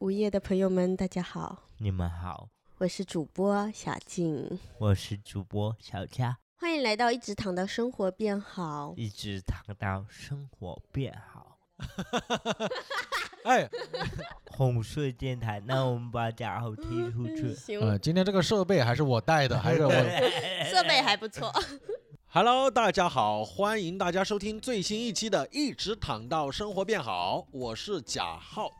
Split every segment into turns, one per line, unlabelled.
午夜的朋友们，大家好，
你们好，
我是主播小静，
我是主播小佳，
欢迎来到一直躺到生活变好。
一直躺到生活变好。
哎，
哄睡电台，那我们把假号踢出去。
嗯行，
呃，今天这个设备还是我带的，还是我。
设备还不错。
Hello，大家好，欢迎大家收听最新一期的《一直躺到生活变好》，我是贾浩。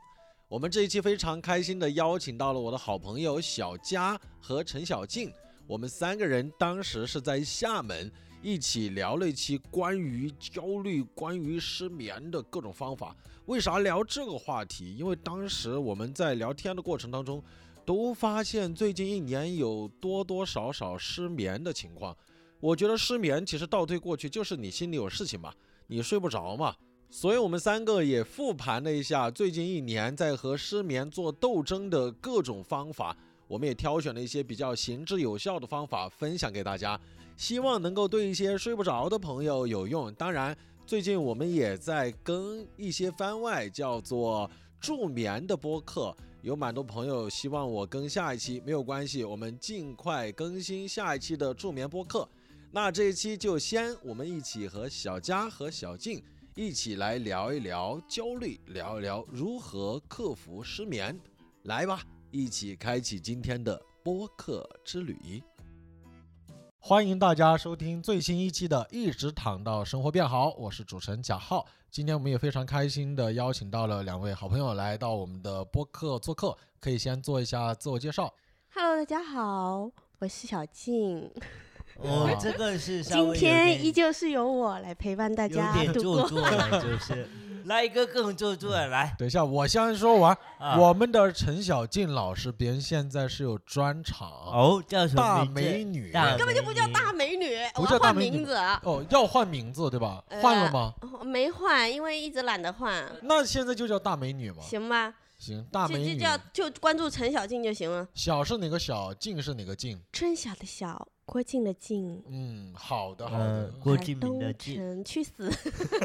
我们这一期非常开心的邀请到了我的好朋友小佳和陈小静，我们三个人当时是在厦门一起聊了一期关于焦虑、关于失眠的各种方法。为啥聊这个话题？因为当时我们在聊天的过程当中，都发现最近一年有多多少少失眠的情况。我觉得失眠其实倒推过去就是你心里有事情嘛，你睡不着嘛。所以我们三个也复盘了一下最近一年在和失眠做斗争的各种方法，我们也挑选了一些比较行之有效的方法分享给大家，希望能够对一些睡不着的朋友有用。当然，最近我们也在跟一些番外叫做助眠的播客。有蛮多朋友希望我更下一期，没有关系，我们尽快更新下一期的助眠播客。那这一期就先我们一起和小佳和小静一起来聊一聊焦虑，聊一聊如何克服失眠。来吧，一起开启今天的播客之旅。欢迎大家收听最新一期的《一直躺到生活变好》，我是主持人贾浩。今天我们也非常开心的邀请到了两位好朋友来到我们的播客做客，可以先做一下自我介绍。
Hello，大家好，我是小静，
我、
哇
这个是稍微
今
有
天
点
依旧是由我来陪伴大
有
家
点
度
做
过。
作了，就是来一个更做作的来。
等一下，我先说完，
啊、
我们的陈小静老师，别人现在是有专场
哦叫什么
大
名字？
美女，
大
根本就不叫
美女
大美女，
不
我
叫
要
大
换
美女
名字，
哦，要换名字对吧？
呃
换了吗？
哦没换，因为一直懒得换，
那现在就叫大美女嘛。
行吧？
行，大
就
美
就
女，
叫就关注陈小静就行了。
小是哪个小，静是哪个静？
春晓的晓，郭靖的靖，
嗯，好的好的
嗯，，郭
海
敬明的
东
敬，
城去死。
嗯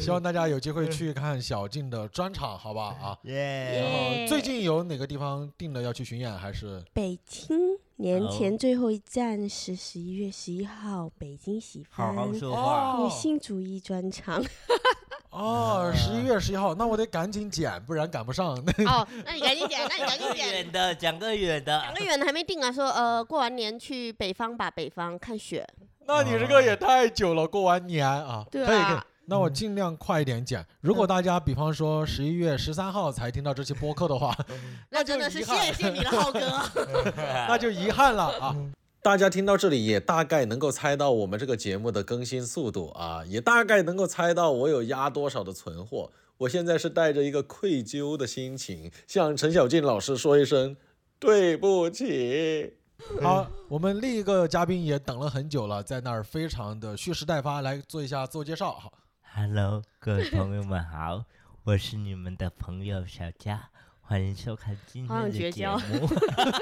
希望大家有机会去看小静的专场，好吧啊。然
耶！
后最近有哪个地方定了要去巡演还是？
北京年
哦
前最后一站是十一月十一号，北京喜
好
欢
好说话。
女性主义专 场。
啊
哦，十一月十一号，那我得赶紧剪，不然赶不上。那
哦，那你赶紧点，那你赶紧
讲
点。
远的，讲个远
两
的
个。远的还没定啊，说呃过完年去北方吧，北方看雪。
那你这个也太久了，过完年啊，
对啊
可以可以。那我尽量快一点剪。如果大家比方说十一月十三号才听到这期播客的话，
那
就
真的是
遗憾
谢谢你了，浩哥。
那就遗憾了啊。大家听到这里也大概能够猜到我们这个节目的更新速度啊，也大概能够猜到我有压多少的存货。我现在是带着一个愧疚的心情，向陈小静老师说一声对不起。好，我们另一个嘉宾也等了很久了，在那儿非常的蓄势待发，来做一下自我介绍。好，
Hello，各位朋友们好，我是你们的朋友小佳，欢迎收看今
好想绝
天的节
交
目。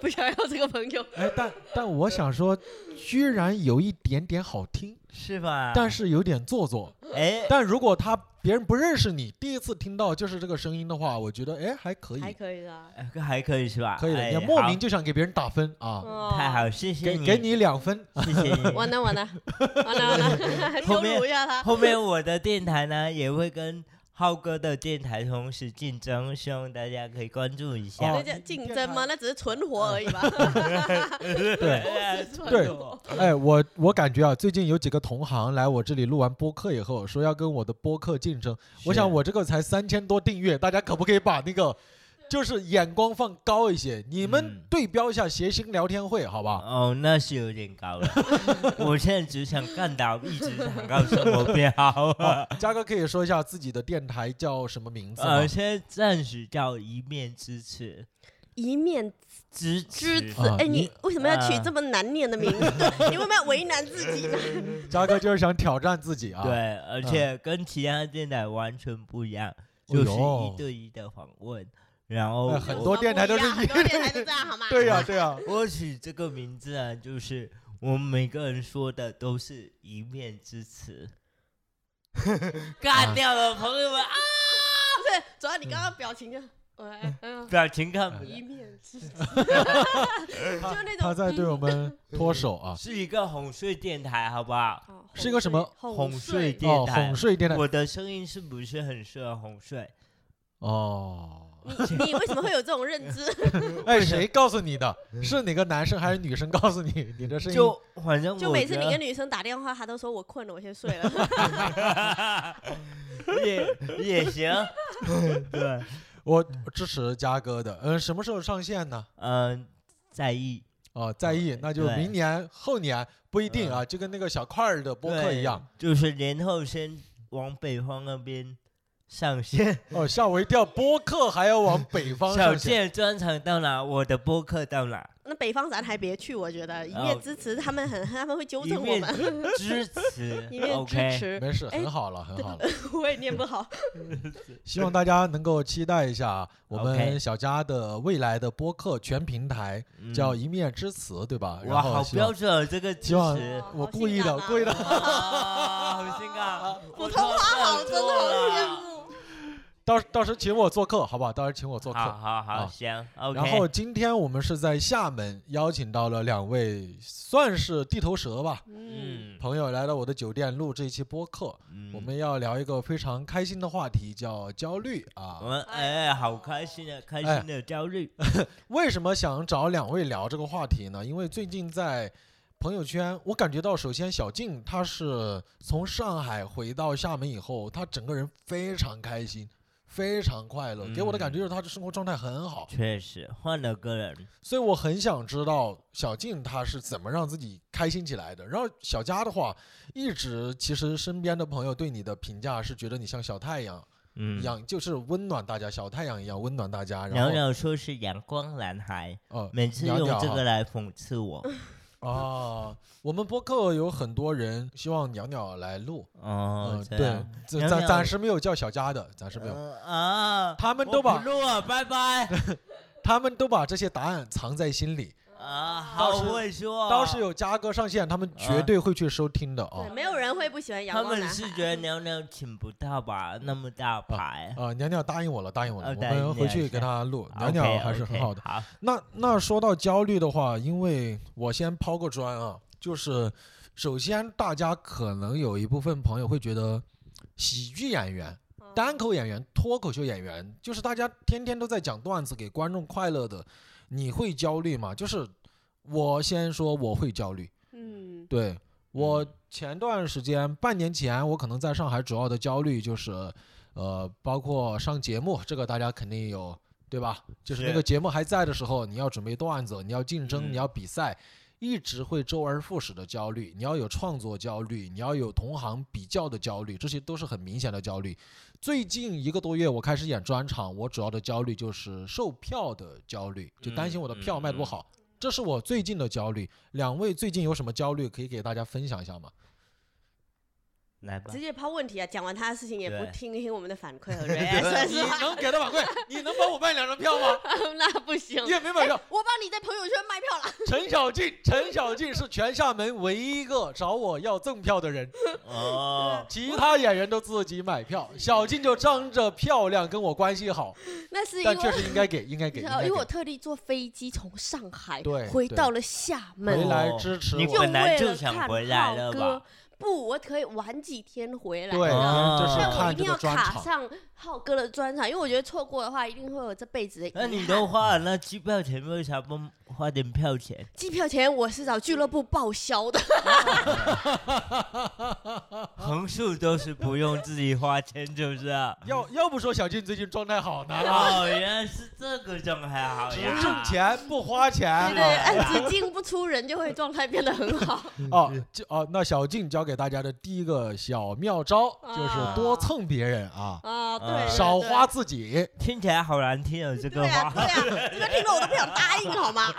不想要这个朋友。
哎，但但我想说，居然有一点点好听，
是吧？
但
是
是有点做作。
哎，
但如果他别人不认识你，第一次听到就是这个声音的话，我觉得哎还可以，
还可以的。
呃还可以是吧？
可以的，
哎
也莫名
好
就想给别人打分啊，
哦
太。好，谢谢
给
你，
给你两分。
谢谢你。
完了完了完了完了，
后
羞
面
辱一下他。
后面我的电台呢也会跟浩哥的电台同时竞争，希望大家可以关注一下。
那
哦
叫
你
竞
电
争吗？
台
那只是存活而已 吧。
对
哎
对，哎，我我感觉啊，最近有几个同行来我这里录完播客以后，说要跟我的播客竞争。我想我这个才三千多订阅，大家可不可以把那个就是眼光放高一些？你们
嗯
对标一下谐星聊天会，好吧？
哦，那是有点高了。 我现在只想干到，一直想到生活变好。
嘉哥可以说一下自己的电台叫什么名字吗
啊呃，？现在暂时叫一面之词，
一面
支
之
持
词，
啊
哎，你
你
为什么要取
啊
这么难念的名 字？你为什么要为难自己呢？
嘉哥就是想挑战自己啊。
对，而且
嗯
跟其他电台完全不一
哎
样，就是
哟
一对一的访问。然后
哎很
我
多电台都是
我们不一样很多电台都这样，好吗？
对呀，对呀。
我取这个名字啊，就是我们每个人说的都是一 面之词。干掉了朋友们啊！
对，对，主要你刚刚表情就，哎，嗯，
表情看
哎
不
一
到，
面之词，
他
就那种
他在对我们脱手
，
啊
是一个哄睡电台，好不好？
哦
是一个什么
哄
哄睡
睡？
电
哦，
台
哄睡电台
我的声音是不是很适合哄睡？
哦。
你你为什么会有这种认 知？
哎，谁告诉你的？是哪个男生还是女生告 诉你？你这声音
嗯就反正
就
我
每次
觉
你
得
跟女生打电话，她都说我困了，我先睡 了。
也也 行，对，
我支持嘉哥的。嗯、什么时候上线呢？
嗯、在意
哦，在意，那就
对嗯
明年、后年不一定啊，就跟那个小块儿的播客一样。，
对就是年后先往北方那边上线，
哦，吓我一跳，播客还要往北方
小
上线。
健专场到哪，我的播客到哪，
那北方咱还别去，我觉得一面支持他们很，他们会纠
一
正我
面
们，
支 持
一面支
，OK，
持。
没事，
哎
很好了，很好了。
我也念不好，
希望大家能够期待一下啊我
OK
们小佳的未来的播客全平台，
嗯
叫一面之词，对吧？
哇，
然后
好
希
标
望
准哦，这个支
希望
持。
好
呃我
性
故意
感
的
啊
故意的
啊，好性感！
普通话好，真的好羡
慕。
慕。
到到时候请我做客，好不好？到时候请我做客。
好好
啊
好，行，OK。
然后今天我们是在厦门邀请到了两位算是地头蛇吧
嗯，
嗯，
朋友来到我的酒店录这一期播客，
嗯
我们要聊一个非常开心的话题，叫焦虑
我
啊。
们哎，好开心啊，开
哎
心的焦虑。
为什么想找两位聊这个话题呢？因为最近在朋友圈，我感觉到，首先小静她是从上海回到厦门以后，她整个人非常开心。非常快乐，给我的
嗯
感觉就是她的生活状态很好，
确实，换了个人，
所以我很想知道小静她是怎么让自己开心起来的。然后小佳的话，一直其实身边的朋友对你的评价是觉得你像小太阳
嗯
一，样，就是温暖大家，小太阳一样温暖大家。然
鸟
后
鸟说是阳光男孩，
呃
每次
鸟
用
鸟
这
哈
个来讽刺我。
啊，我们播客有很多人希望鸟鸟来录，
哦
嗯，，
这
对
样，
暂
鸟
暂
鸟
暂时没有叫小佳的，暂时没有，
呃啊，
他们
我
都
不
把
录了，拜拜。
他们都把这些答案藏在心里。
啊，
当
好
时
会说哦。
当时有佳哥上线，他们绝
啊
对会去收听的啊
对，。没有人会不喜欢阳
他
光
们
男
是
孩。
觉得鸟鸟请不到吧？那么大牌，
啊、鸟鸟答应我了，答应我了，
啊
我
答应
们
你
回
了
去
是
给他录。鸟
OK，
鸟啊还是很
OK，
好的。
好，
那那说到焦虑的话，因为我先抛个砖啊，就是首先大家可能有一部分朋友会觉得，喜剧演员、
嗯
单口演员、脱口秀演员，就是大家天天都在讲段子给观众快乐的，你会焦虑吗？就是我先说我会焦虑，
嗯，
对我前段时间半年前，我可能在上海主要的焦虑就是，呃，包括上节目，这个大家肯定有对吧？就是那
是
个节目还在的时候，你要准备段子，你要竞争，
嗯
你要比赛，一直会周而复始的焦虑。你要有创作焦虑，你要有同行比较的焦虑，这些都是很明显的焦虑。最近一个多月，我开始演专场，我主要的焦虑就是售票的焦虑，就担心我的票卖的
嗯
不
嗯嗯
好。这是我最近的焦虑，两位最近有什么焦虑可以给大家分享一下吗？
来吧
直。接抛问题啊，讲完他的事情也不
对
听听我们的反馈和 reaction，是哎啊吧
给的反馈，你能帮我卖两张票吗？
那不行。
也没买票。
我帮你在朋友圈卖票 了，
陈小静，陈小静是全厦门唯一一个找我要赠票的人，
哦，
其他演员都自己买票，小静就仗着漂亮跟我关系好，
那是因
但
为
确实应该给，应该给，
你知
应
道，
该
因为我
给。
特地坐飞机从上海
对
回
对
到了厦
回
门，
来支持
你
就
我，
本来
为
就
了
想
看
回来
浩
了
哥
吧
不，我可以晚几天回来。
对，啊
哦
就
啊
是
但我一
看这
定
个
要
专
卡
场。
上浩哥的专场，因为我觉得错过的话，一定会有这辈子的遗
那
憾。
你都花了那机票钱，为啥不花点票 钱？
机票钱我是找俱乐部报销的，
横竖都是不用自己花钱，就是啊。
要要不说小静最近状态好 呢啊，
哦，原来是这个状态啊好
只
呀！
挣钱不花钱。
对对，哎，只进不出人，就会状态变得很好。
哦，就哦，那小静教给大家的第一个小妙招就是多蹭别人啊，
啊，对
啊
对，
少
对
花。自己，
听起来好难听哦，这
对
个
啊，对
话。
啊，这个听了我都不想答应，好吗？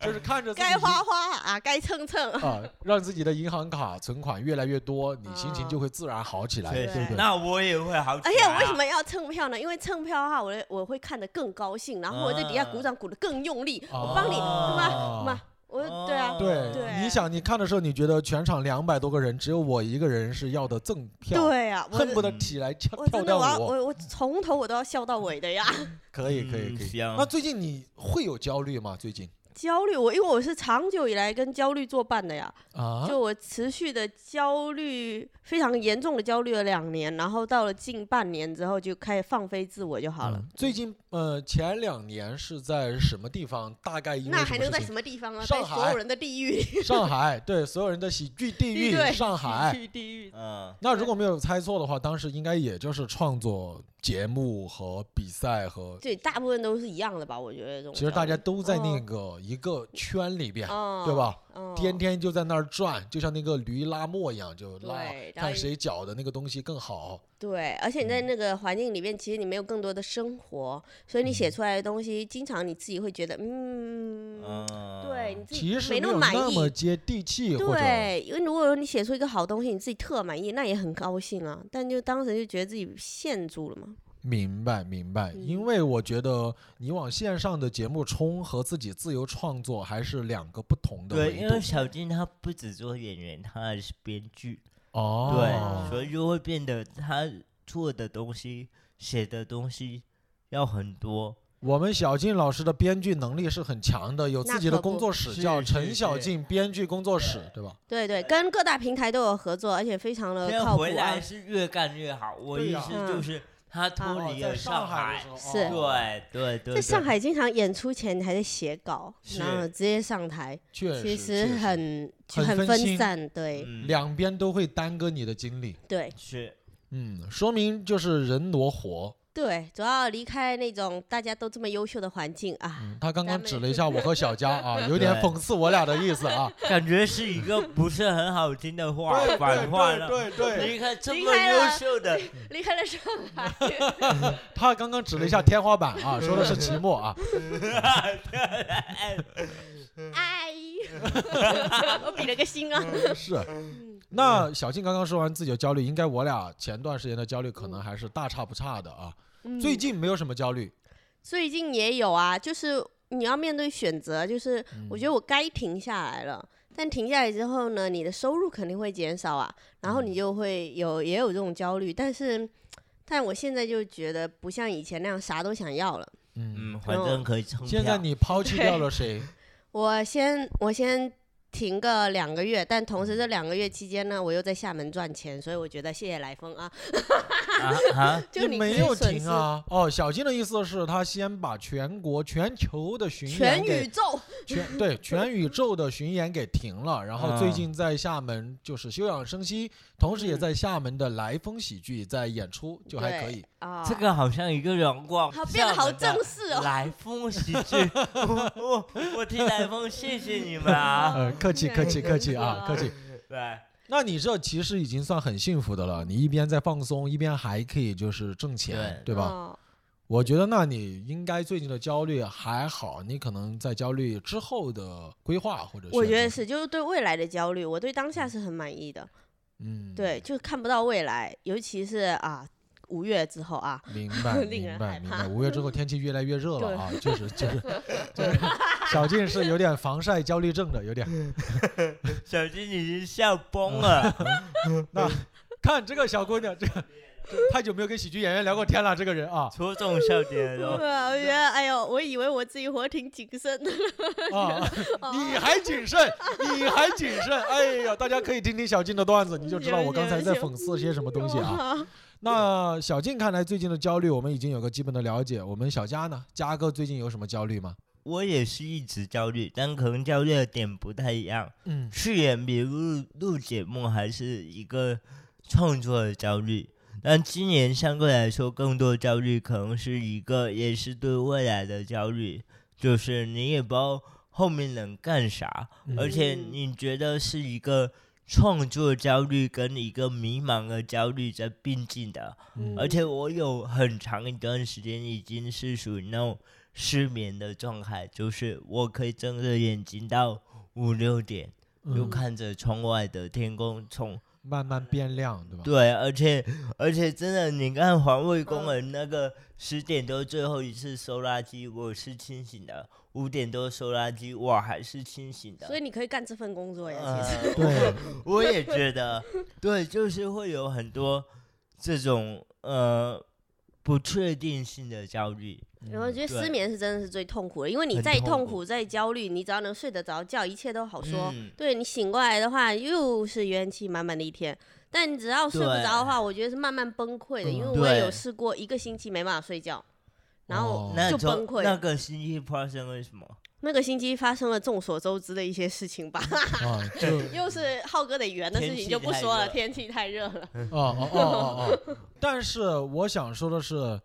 就是看着自己
该花花啊，该蹭蹭。
啊，让自己的银行卡存款越来越多，你心情就会自然好起来，
确
对
对
实
不，对？
那我也会好起
而
来啊。
且我为什么要蹭票呢？因为蹭票的话，我我会看得更高兴，然后我在底下鼓掌鼓得更用力。
哦
我帮你，
哦
妈妈我对啊，
对，
对
你想你看的时候，你觉得全场两百多个人，只有我一个人是要的赠票，，
对啊，我
恨不得
嗯
起来跳
我
跳
真的
段
我要
舞。
我我从头我都要笑到尾的呀。
可以，可以，可以。
嗯行
那最近你会有焦虑吗？最近
焦虑，我因为我是长久以来跟焦虑作伴的呀，
啊，
就我持续的焦虑，非常严重的焦虑了两年，然后到了近半年之后就开始放飞自我就好了。
嗯最近呃，前两年是在什么地方？大概因为
那
什
还
么
能
事
在
情？
什么地方啊？
上
在
海
所有人的地狱里，
上海，对，所有人的喜剧地狱，
对
上海。
去地狱。
嗯，
那如果没有猜错的话，当时应该也就是创作节目和比赛和，
对，大部分都是一样的吧？我觉得这种
其实大家
焦
都在那
哦
个一个圈里边
虑，，哦
对？吧？
哦
天天就在那儿转，就像那个驴拉磨一样，就拉
对然后
看谁搅的那个东西更好。
对，而且你
嗯
在那个环境里面，其实你没有更多的生活，所以你
嗯
写出来的东西，经常你自己会觉得，嗯，
嗯
对，你自己
其实
没
没
那么
有
满
那么
意。
接地气，或者
对，因为如果说你写出一个好东西，你自己特满意，那也很高兴啊。但就当时就觉得自己陷住了嘛。
明白明白。因
嗯
为我觉得你往线上的节目冲和自己自由创作还是两个不同的
对，因
维度
为。小金他不只做演员，他还是编剧，
哦
对，，所以就会变得他做的东西、写的东西要很多。
我们小静老师的编剧能力是很强的，有自
那
己的
可
工
不
作室
是
叫
是
陈小
是
静编剧工作室，对吧？
对对，跟各大平台都有合作，而且非常
现
的
在
靠谱
回
啊嗯
来。是越干越好，我
对
意
呀
思就是他
哦
脱
哦
离
在
了
上
海。
的时候
是
哦
对对对，
在上
对
海经常演出前你还在写稿，
是
然后直接上台，
确实
其实
确实
很
很分心
分散。对
嗯
两边都会耽搁你的精力。
对
是
嗯，说明就是人挪活。
对，主要离开那种大家都这么优秀的环境啊。
嗯，他刚刚
咱们
指了一下我和小 佳啊，有点
对
讽刺我俩的意思啊。
感觉是一个不是很好听的话反话了。
对对，
离开这
离
么
开
优
了
秀的，
离开了上海，
他刚刚指了一下天花板啊，说的是期末啊。
哎，我比了个心啊。
是。
嗯
那小静刚刚说完自己的焦虑，应该我俩前段时间的焦虑可能还是大差不差的啊。
嗯
最近没有什么焦虑，
最近也有啊，就是你要面对选择，就是
嗯
我觉得我该停下来了。但停下来之后呢，你的收入肯定会减少啊，然后你就会有也有这种焦虑，但是，但我现在就觉得不像以前那样啥都想要了。
嗯，
嗯，反正可以冲
现在
票
你抛弃掉了谁？
我先我先停个两个月，但同时这两个月期间呢，我又在厦门赚钱，所以我觉得谢谢来风啊，
啊 啊，
就
你
你
没
可以
有
损
停
失
啊。哦，小静的意思是，她先把全国、全球的巡
全
演给
宇宙
全对全宇宙的巡演给停了，然后最
啊
近在厦门就是休养生息，同时也
嗯
在厦门的来风喜剧在演出，就还可以。 嗯
啊，
这个好像一个人逛
好
不
变得
上
好
门的
正式哦，
来风喜 剧，我我我替来风谢谢你们 啊！
呃，客气客气客气啊，
哇
客气。
对，
那你这其实已经算很幸福的了，你一边在放松，一边还可以就是挣钱，对
对
吧？？我觉得那你应该最近的焦虑还好，你可能在焦虑之后的规划或者
我觉得
选择，
是，就是对未来的焦虑，我对当下是很满意的，
嗯，
对，，就是看不到未来，尤其是啊五月之后啊，
明 白，
令
明
人
白，
害
明
怕
白。五月之后天气越来越热了啊，确实， 就是，就是，小静是有点防晒焦虑症的，有点。
小金已经笑崩
嗯
了。
那看这个小姑娘，这个这太久没有跟喜剧演员聊过天了，这个人啊
戳中笑点哦
对，
了，
我觉得哎呦，我以为我自己活挺谨慎的，
啊，你还谨慎，你还谨慎，哎呀，大家可以听听小静的段子，你就知道我刚才在讽刺些什么东西啊。
啊，
那小静看来最近的焦虑，我们已经有个基本的了解。我们小佳呢，佳哥最近有什么焦虑吗？
我也是一直焦虑，但可能焦虑的点不太一样。
嗯，
去演比如录录节目还是一个创作的焦虑，但今年相对来说更多焦虑可能是一个也是对未来的焦虑，就是你也不知道后面能干啥，而且
嗯
你觉得是一个创作焦虑跟一个迷茫的焦虑在并进的，
嗯
而且我有很长一段时间已经是属于那种失眠的状态，就是我可以睁着眼睛到五六点，就
嗯
看着窗外的天空，从
慢慢变亮，对吧？
对，而且而且真的，你看环卫工人那个十点多最后一次收垃圾，我是清醒的；五点多收垃圾，我还是清醒的。
所以你可以干这份工作呀，其实。
呃，
对，
我也觉得，对，就是会有很多这种呃不确定性的焦虑。
然后我觉得
嗯对
失眠是真的是最痛苦的，因为你
很
再
痛
痛
苦
苦、再焦虑，你只要能睡得着觉，一切都好说。
嗯
对你醒过来的话，又是元气满满的一天。但你只要睡不
对
着的话，我觉得是慢慢崩溃的，因为
嗯
我也有
对
试过一个星期没办法睡觉，然后
哦
那
就
种
崩溃
那
了
个星期发生了什么？
那个星期发生了众所周知的一些事情吧，
啊，就
又是浩哥的圆的事
天
情
气
就不
太
说了，
热
天气太热了。
哦哦哦哦哦！但是我想说的是，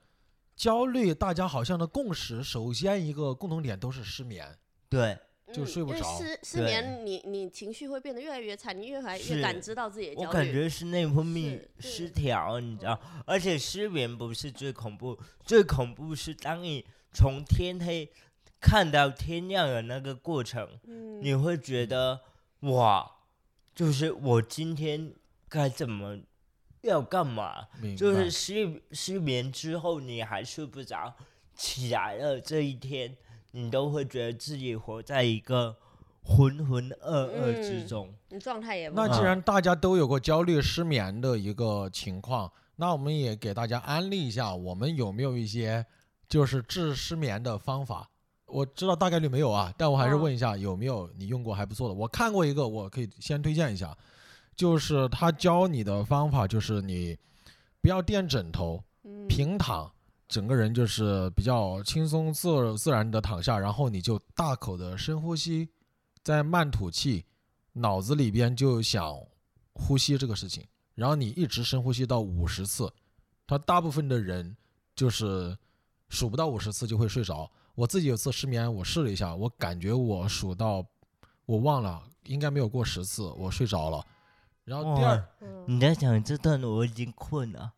焦虑大家好像的共识，首先一个共同点都是失眠。
对，
就
嗯
睡不
因为
着
失失
对
眠，你你情绪会变得越来越差，你越来越
是
感知到自己的焦虑。
我感觉是内分泌
是对嗯
失调，你知道，而且失眠不是最恐怖，最恐怖是当你从天黑看到天亮的那个过程，
嗯，
你会觉得哇，就是我今天该怎么要干嘛？
明
就是
白。
失失眠之后你还睡不着，起来了这一天，你都会觉得自己活在一个浑浑噩噩之
嗯
中。
你状态也不
那
好
既
嗯
然大家都有过焦虑、失眠的一个情况，那我们也给大家安利一下，我们有没有一些就是治失眠的方法？我知道大概率没有啊，但我还是
嗯
问一下，有没有你用过还不错的？我看过一个，我可以先推荐一下，就是他教你的方法，就是你不要垫枕头，
嗯
平躺，整个人就是比较轻松自自然的躺下，然后你就大口的深呼吸，再慢吐气，脑子里边就想呼吸这个事情，然后你一直深呼吸到五十次，他大部分的人就是数不到五十次就会睡着。我自己有次失眠，我试了一下，我感觉我数到我忘了，应该没有过十次，我睡着了。然后第二
哇，
嗯
你在讲这段我已经困了。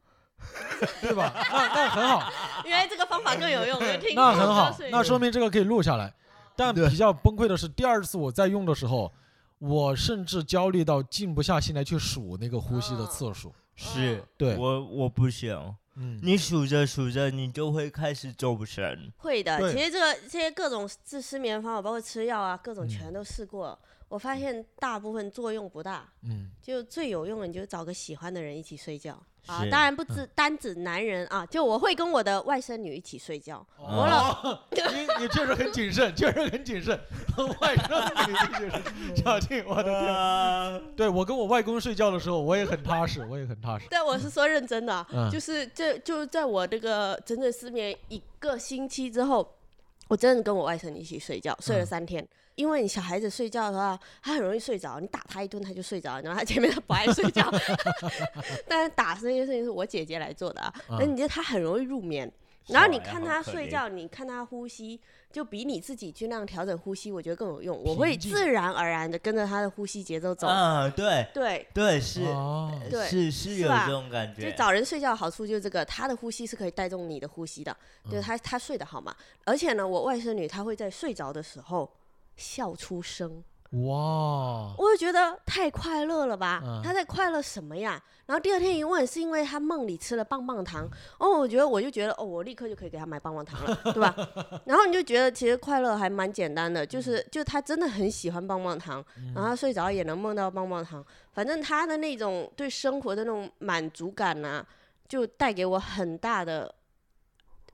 对吧？那那很好，
原来这个方法更有用，我听
那
你
很
说
好
睡，
那说明这个可以录下来。但
对
比较崩溃的是，第二次我在用的时候，我甚至焦虑到静不下心来去数那个呼吸的次数。
是
对，
我我不行，
嗯，
你数着数着你就会开始走神。
会的。
对
其实这个这些各种治失眠方法，包括吃药啊，各种
嗯
全都试过了。我发现大部分作用不大，
嗯，
就最有用的，你就找个喜欢的人一起睡觉啊。
是
当然不
嗯
只单指男人啊，就我会跟我的外甥女一起睡觉。我老
老，啊你你确实很谨慎，确实很谨慎，外甥女确实小静，我
嗯
的
嗯
天，
啊
对我跟我外公睡觉的时候，我也很踏实，我也很踏实。
但我是说认真的啊，
嗯
就是这就在我这个整整失眠一个星期之后，我真的跟我外甥女一起睡觉，睡了
嗯
三天。因为你小孩子睡觉的话，他很容易睡着，你打他一顿他就睡着，然后他前面他不爱睡觉。 但是打这件事情是我姐姐来做的啊，
嗯啊
那、你觉得他很容易入眠。 然后你看他睡觉，你看他呼吸，就比你自己去那样调整呼吸，我觉得更有用。我会
平静嗯
自然而然的跟着他的呼吸节奏走。
啊，对
对，
对是
哦，
对
是是有
吧
这种感
就
觉，
找人睡觉的好处就是这个，他的呼吸是可以带动你的呼吸的，就是他他睡得好嘛。而且呢，我外甥女她会在睡着的时候笑出声，
哇，
我就觉得太快乐了吧
嗯？
她在快乐什么呀？然后第二天一问，是因为她梦里吃了棒棒糖。哦，我觉得我就觉得哦，我立刻就可以给她买棒棒糖了，对吧？ 然后你就觉得其实快乐还蛮简单的，就是就她真的很喜欢棒棒糖，
嗯
然后她睡着也能梦到棒棒糖，反正她的那种对生活的那种满足感呐、就带给我很大的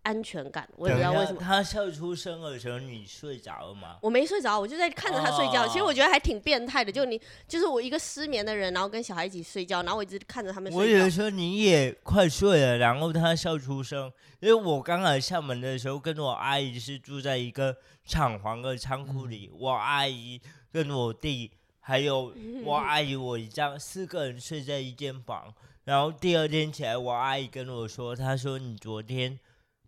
安全感。我也
等
不
一
知道为
下
什么。
他笑出声的时候，你睡着了吗？
我没睡着，我就在看着他睡觉。
哦
其实我觉得还挺变态的，就你就是我一个失眠的人，然后跟小孩一起睡觉，然后我一直看着他们
我
睡
以为
觉。
说你也快睡了，然后他笑出声，因为我刚来厦门的时候，跟我阿姨是住在一个厂房的仓库
嗯
里，我阿姨跟我弟 还有我阿姨我一样，四个人睡在一间房。然后第二天起来，我阿姨跟我说，她说你昨天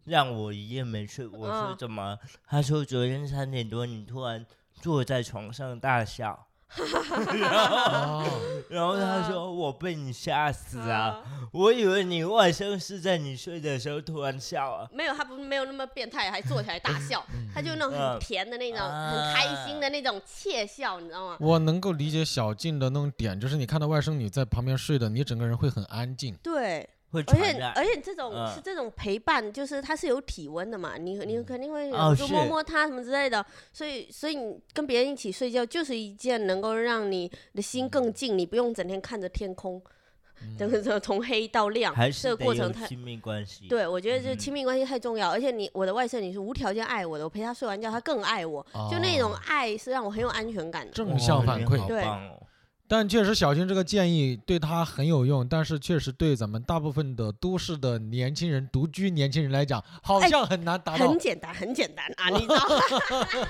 让我一夜没睡，我说
嗯
怎么？她说昨天三点多你突然坐在床上大笑，
啊
哦，
然后
嗯
他说：“我被你吓死啊！
呃
我以为你外甥是在你睡的时候突然笑啊。
没有，他不没有那么变态，还坐起来大笑，
嗯
他就那种很甜的那种，
啊
很开心的那种窃笑，你知道吗？
嗯
我能够理解小静的那种点，就是你看到外甥女在旁边睡的，你整个人会很安静。
对，
会
而
传
且
染。
而且这种
嗯
是这种陪伴，就是它是有体温的嘛，你你肯定会
哦
就是摸摸它什么之类的，所以所以你跟别人一起睡觉就是一件能够让你的心更静，你不用整天看着天空，整个从从黑到亮
嗯还，
这
是
个
得
过程
有
太。
亲密关系。，
对，我觉得这
嗯
亲密关系太重要，而且你我的外甥女是无条件爱我的，我陪她睡完觉，她更爱我，就那种
哦
爱是让我很有安全感的。
哦
正向反馈。
好
对
棒哦！
但确实，小静这个建议对她很有用，但是确实对咱们大部分的都市的年轻人、独居年轻人来讲，好
哎
像很难达到
很。简单，很简单 啊，你知道？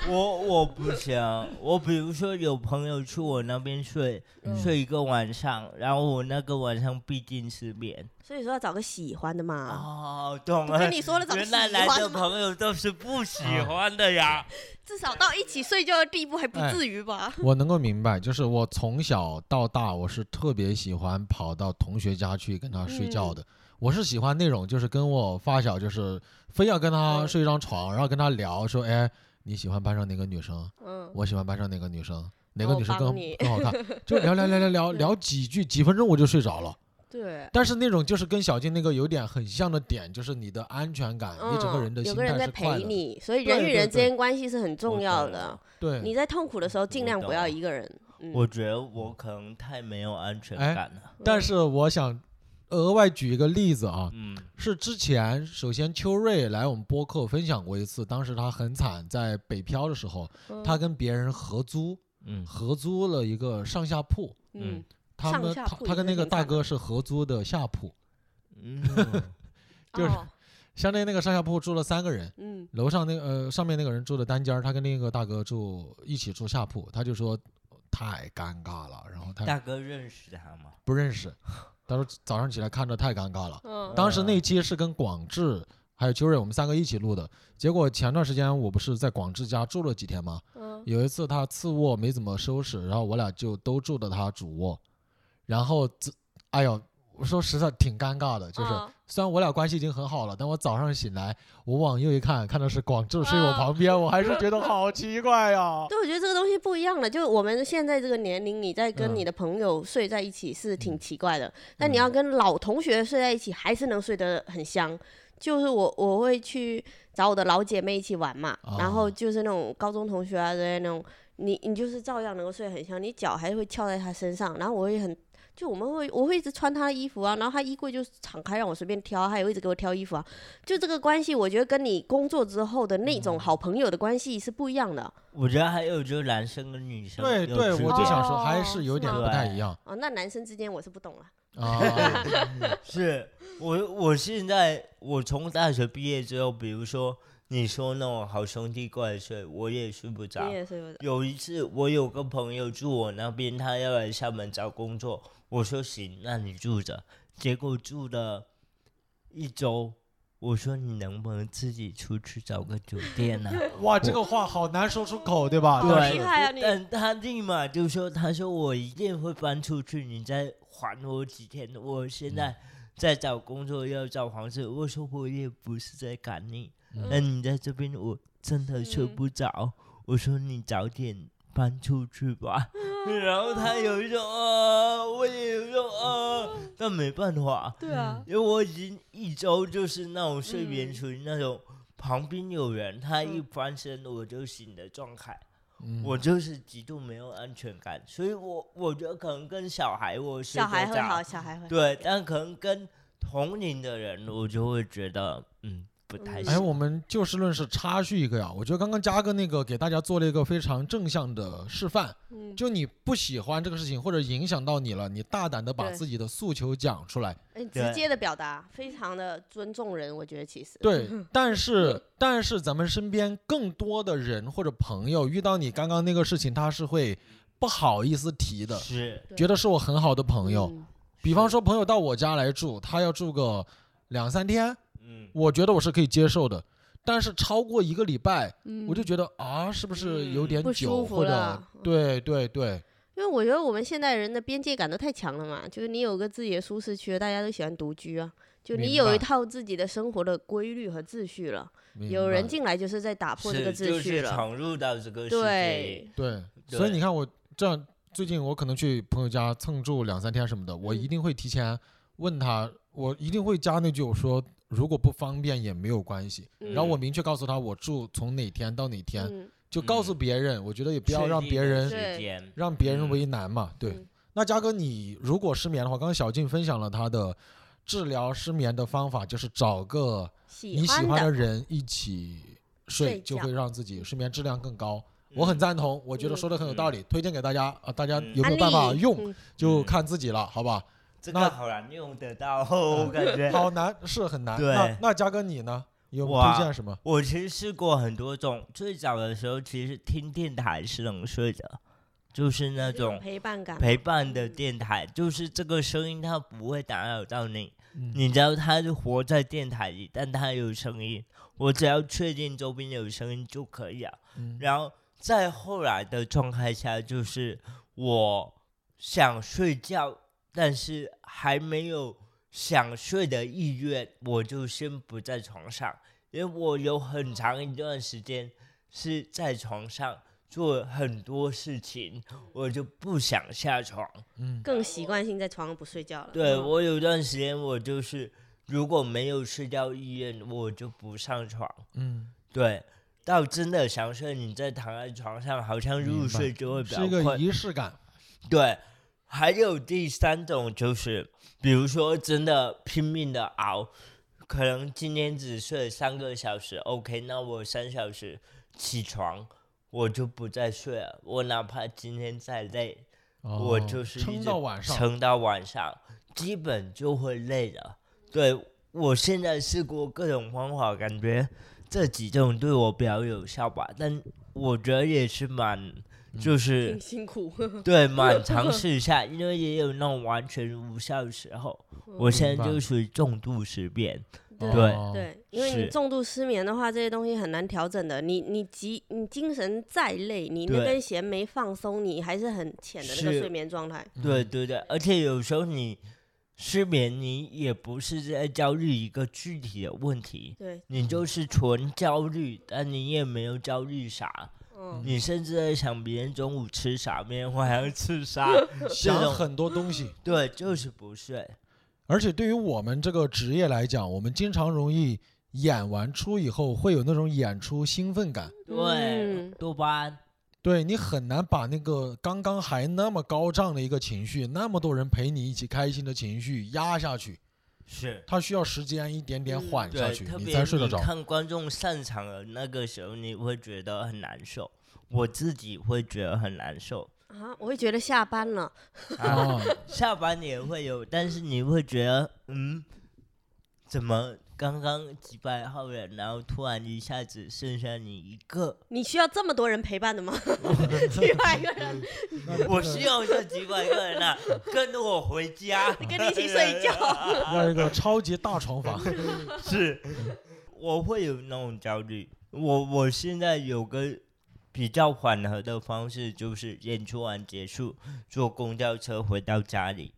我我不行，我比如说有朋友去我那边睡、
嗯
睡一个晚上，然后我那个晚上必定失眠。
所以说要找个喜欢的嘛。
哦，
啊
懂
我
了
跟。你说了，找个
原
喜欢
来来的
的嘛。
朋友都是不喜欢的呀。
至少到一起睡觉的地步还不
哎
至于吧？
我能够明白，就是我从小到大，我是特别喜欢跑到同学家去跟他睡觉的。
嗯
我是喜欢那种，就是跟我发小，就是非要跟他
嗯
睡一张床，然后跟他聊，说，哎，你喜欢班上哪个女生？
嗯，
我喜欢班上哪个女生？哪
然
个
后
女生
帮
更
你嗯
更好 看？就聊聊聊聊聊聊几句，几分钟我就睡着了。
对。
但是那种就是跟小静那个有点很像的点，就是你的安全感，你整个人的
嗯有
心
个人
态
在
是快
陪
乐的。
你，所以
对
人与
对
人之
对
间关系是很重要的。
对，
你在痛苦的时候，尽
我
量不
懂
要
了
一个人。嗯
我觉得我可能太没有安全
哎
感了。
但是我想额外举一个例子啊，
嗯，
是之前首先秋瑞来我们播客分享过一次，当时他很惨，在北漂的时候，
嗯
他跟别人合租，
嗯
合租了一个上下铺，
嗯
嗯，
他们
上下
他
铺
他
也
跟那
是
个
挺
大
惨的
哥是合租的下铺，
嗯，
就是
哦
相当于那个上下铺住了三个人，
嗯
楼上那个呃上面那个人住的单间儿，他跟另一个大哥住一起住下铺，他就说太尴尬了，然后他
大哥认识他吗？
不认识，他说早上起来看着太尴尬了。
嗯
当时那期是跟广志还有秋瑞我们三个一起录的，结果前段时间我不是在广志家住了几天吗？
嗯
有一次他次卧没怎么收拾，然后我俩就都住的他主卧，然后这哎呦，我说实在挺尴尬的，就是。
嗯
虽然我俩关系已经很好了，但我早上醒来，我往右一看，看到是广志睡我
啊
旁边，我还是觉得好奇怪啊呀、
对，我觉得这个东西不一样了。就我们现在这个年龄，你在跟
嗯
你的朋友睡在一起是挺
嗯
奇怪的，但你要跟老同学睡在一起，还是能睡得很香。就是我我会去找我的老姐妹一起玩嘛，然后
哦
就是那种高中同学啊之类那种，你你就是照样能够睡得很香，你脚还会翘在她身上，然后我会很。就我们会，我会一直穿她的衣服啊，然后她衣柜就敞开让我随便挑，她也会一直给我挑衣服啊。就这个关系，我觉得跟你工作之后的那
嗯
种好朋友的关系是不一样的。
我觉得还有就是男生跟女生
对
有
对，
区
我
别
就想说
哦
还是有
是
点
吗
不太一样
哦，那男生之间我是不懂了。
啊。
是我我现在我从大学毕业之后，比如说你说那种好兄弟过来睡，我也睡不着
你。也睡不着。
有一次我有个朋友住我那边，他要来厦门找工作，我说行，那你住着。结果住了一周，我说你能不能自己出去找个酒店 呢、
哇，这个话好难说出口，对吧？
好
但
厉
是
害啊你
但他立马就说：“他说我一定会搬出去，你再还我几天。我现
嗯
在在找工作，要找房子。”我说：“我也不是在赶你，那、你在这边我真的睡
嗯
不着。我说：“你早点搬出去吧。
嗯
然后他有一种啊，我也有一种啊，但没办法，
对啊，
嗯
因为我已经一周就是那种睡眠
嗯
属于那种。旁边有人，他一
嗯
翻身我就醒的状态，
嗯
我就是极度没有安全感，所以我我觉得可能跟小孩我睡
小孩
得
会
着
好，小孩会好。
啊对，但可能跟同龄的人，我就会觉得嗯不太
嗯
哎，
行。
我们就事论事插叙一个呀。我觉得刚刚嘉哥那个给大家做了一个非常正向的示范，
嗯，
就你不喜欢这个事情或者影响到你了，你大胆的把
对
自己的诉求讲出来。
哎直
对
接的表达，非常的尊重人，我觉得其实。
对，但是但是咱们身边更多的人或者朋友遇到你刚刚那个事情，他是会不好意思提的，
是
对
觉得是我很好的朋友。
嗯
比方说朋友到我家来住，他要住个两三天，
嗯，
我觉得我是可以接受的。但是超过一个礼拜，
嗯
我就觉得啊，是不是有
嗯
点
不
久
舒服
或者
了
对对对，
因为我觉得我们现代人的边界感都太强了嘛，就是你有个自己的舒适区，大家都喜欢独居啊，就你
明
有一
白
套自己的生活的规律和秩序了，
明
有人
白
进来就是在打破这
是
个
就
秩序
是
了，
闯入到这个世界
对，
对，所
对
以你看我这样，最近我可能去朋友家蹭住两三天什么的，我一
嗯
定会提前问他，我一定会加那句我说如果不方便也没有关系，然后我
嗯
明确告诉他我住从哪天到哪天，
嗯，
就告诉
嗯
别人，我觉得也不
确
要让
定
别
的
人
时
对
间
让别人
嗯
为难嘛。对，
嗯
那嘉哥，你如果失眠的话，刚刚小静分享了她的治疗失眠的方法，就是找个你
喜
喜
欢
欢
的
的人一起睡，
睡
就
觉
会让自己睡眠质量更高。
嗯
我很赞同，我觉得
嗯
说的很有道理，推荐给大家啊、大家
嗯
有没有办
安
法
利
用、
嗯
就
嗯
看自己了，好吧？
这
那嗯
个好难用得到， 我 感觉。
好难是很难。那
对
那嘉哥你呢？有
我啊
推荐什么？
我其实试过很多种，最早的时候其实听电台是能睡的，就是那
这种
种
嗯陪伴感嘛，
陪伴的电台，就是这个声音它不会打扰到你，
嗯
你知道它是活在电台里，但它有声音，我只要确定周边有声音就可以了。
嗯
然后再后来的状态下，就是我想睡觉，但是还没有想睡的意愿，我就先不在床上，因为我有很长一段时间是在床上做很多事情，我就不想下床。
嗯
更习惯性在床上不睡觉了。
对
嗯
我有段时间，我就是如果没有睡觉意愿，我就不上床。
嗯，
对，到真的想睡，你再躺在床上，好像入
明白
睡就会比
是
较
一个
困。
仪式感。
对，还有第三种就是，比如说真的拼命的熬，可能今天只睡三个小时，OK，那我三小时起床。我就不再睡了，我哪怕今天再累，我
哦
就是一
撑
直
到晚上，
撑到晚上，基本就会累了。对我现在试过各种方法，感觉这几种对我比较有效吧，但我觉得也是蛮，
嗯
就是
挺、辛苦。
对蛮尝试一下，因为也有那种完全无效的时候。我现在
明
就
白
属于重度失眠，
对
哦，
对，因为你
是
重度失眠的话，这些东西很难调整的。你你急，你精神再累，你那
对
根弦没放松，你还是很浅的那个
是
睡眠状态。
嗯
对对对，而且有时候你失眠，你也不是在焦虑一个具体的问题，
对，
嗯
你就是纯焦虑，但你也没有焦虑啥，
嗯，
你甚至在想别人中午吃啥，明天晚上 吃啥，这
想
种
很多东西。
对，就是不睡。
而且对于我们这个职业来讲，我们经常容易演完出以后会有那种演出兴奋感，
对，
嗯
多巴胺，
对你很难把那个刚刚还那么高涨的一个情绪，那么多人陪你一起开心的情绪压下去，
是
它需要时间一点点
嗯
缓下
对，
去，
特
你
别
才睡得
你
着。
看观众散场了，那个时候你会觉得很难受，我自己会觉得很难 受。
啊，我会觉得下班了，
啊，
啊，
下班也会有，但是你会觉得，嗯，怎么刚刚几百号人，然后突然一下子剩下你一个。
你需要这么多人陪伴的 吗？ 几百个人
我需要这几百个人啊，跟着我回家，
跟你一起睡觉，
要一个超级大床房，
是，我会有那种焦虑。我我现在有个比较缓和的方式，就是演出完结束，坐公交车回到家里，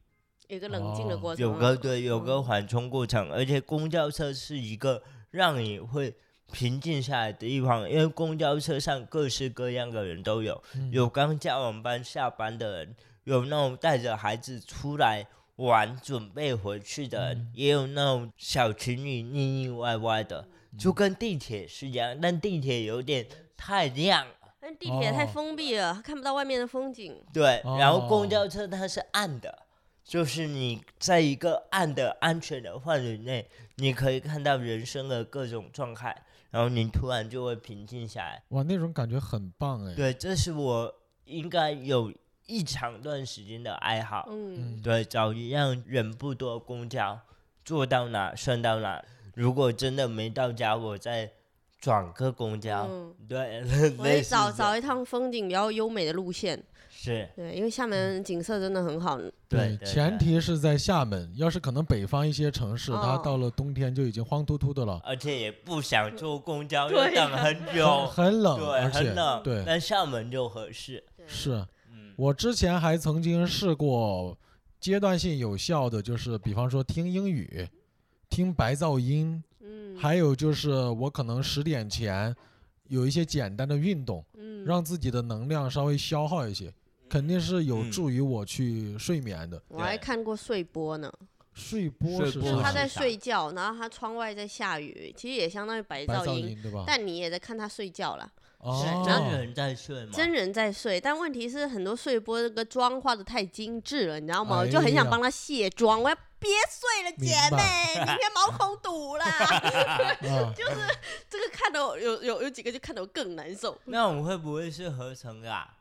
有个冷静的过程啊。
哦有个对，有个
嗯
缓冲过程，而且公交车是一个让你会平静下来的地方，因为公交车上各式各样的人都有，
嗯
有刚加完班下班的人，有那种带着孩子出来玩准备回去的
嗯
人，也有那种小情侣腻腻歪歪的，
嗯
就跟地铁是一样，但地铁有点太亮了。
但地铁太
哦
封闭了，看不到外面的风景。
对，然后
哦
公交车它是暗的，就是你在一个暗的安全的范围内，你可以看到人生的各种状态，然后你突然就会平静下来。
哇，那种感觉很棒哎。
对，这是我应该有一长段时间的爱好。
嗯，
对，找一辆人不多的公交，坐到哪算到哪。如果真的没到家，我再转个公交。
嗯
对，
我
类
会
似
找
这
找
样
一趟风景比较优美的路线。
是，
对，因为
嗯
厦门景色真的很好。
对，对
前
对嗯
提是在厦门，要是可能北方一些城市，它
哦
到了冬天就已经荒秃秃的了，
而且也不想坐 公交，
对
要等很
很
久，
很冷，
哎对，
而且
很冷。
对
但厦门就合适，
对
是。
嗯，
我之前还曾经试过阶段性有效的，就是比方说听英语、听白噪音，
嗯，
还有就是我可能十点前有一些简单的运动，
嗯
让自己的能量稍微消耗一些，肯定是有
嗯
助于我去睡眠的。
我还
对
看过睡波呢，
睡波
睡
是
波
就是
啥
他在
是啥
睡觉，然后他窗外在下雨，其实也相当于白
白
噪
噪
音，
音对啊吧？
但你也在看他睡觉啦。
哦，
真人在睡吗？
真人在睡，但问题是很多睡波这个妆化的太精致了，你知道吗？
哎
我就很想
呀
帮他卸妆，我要别睡了，姐
明白
妹，明天毛孔堵了。
啊，
这个看得我有有有几个就看得我更难受，
那我们会不会是合成的、啊？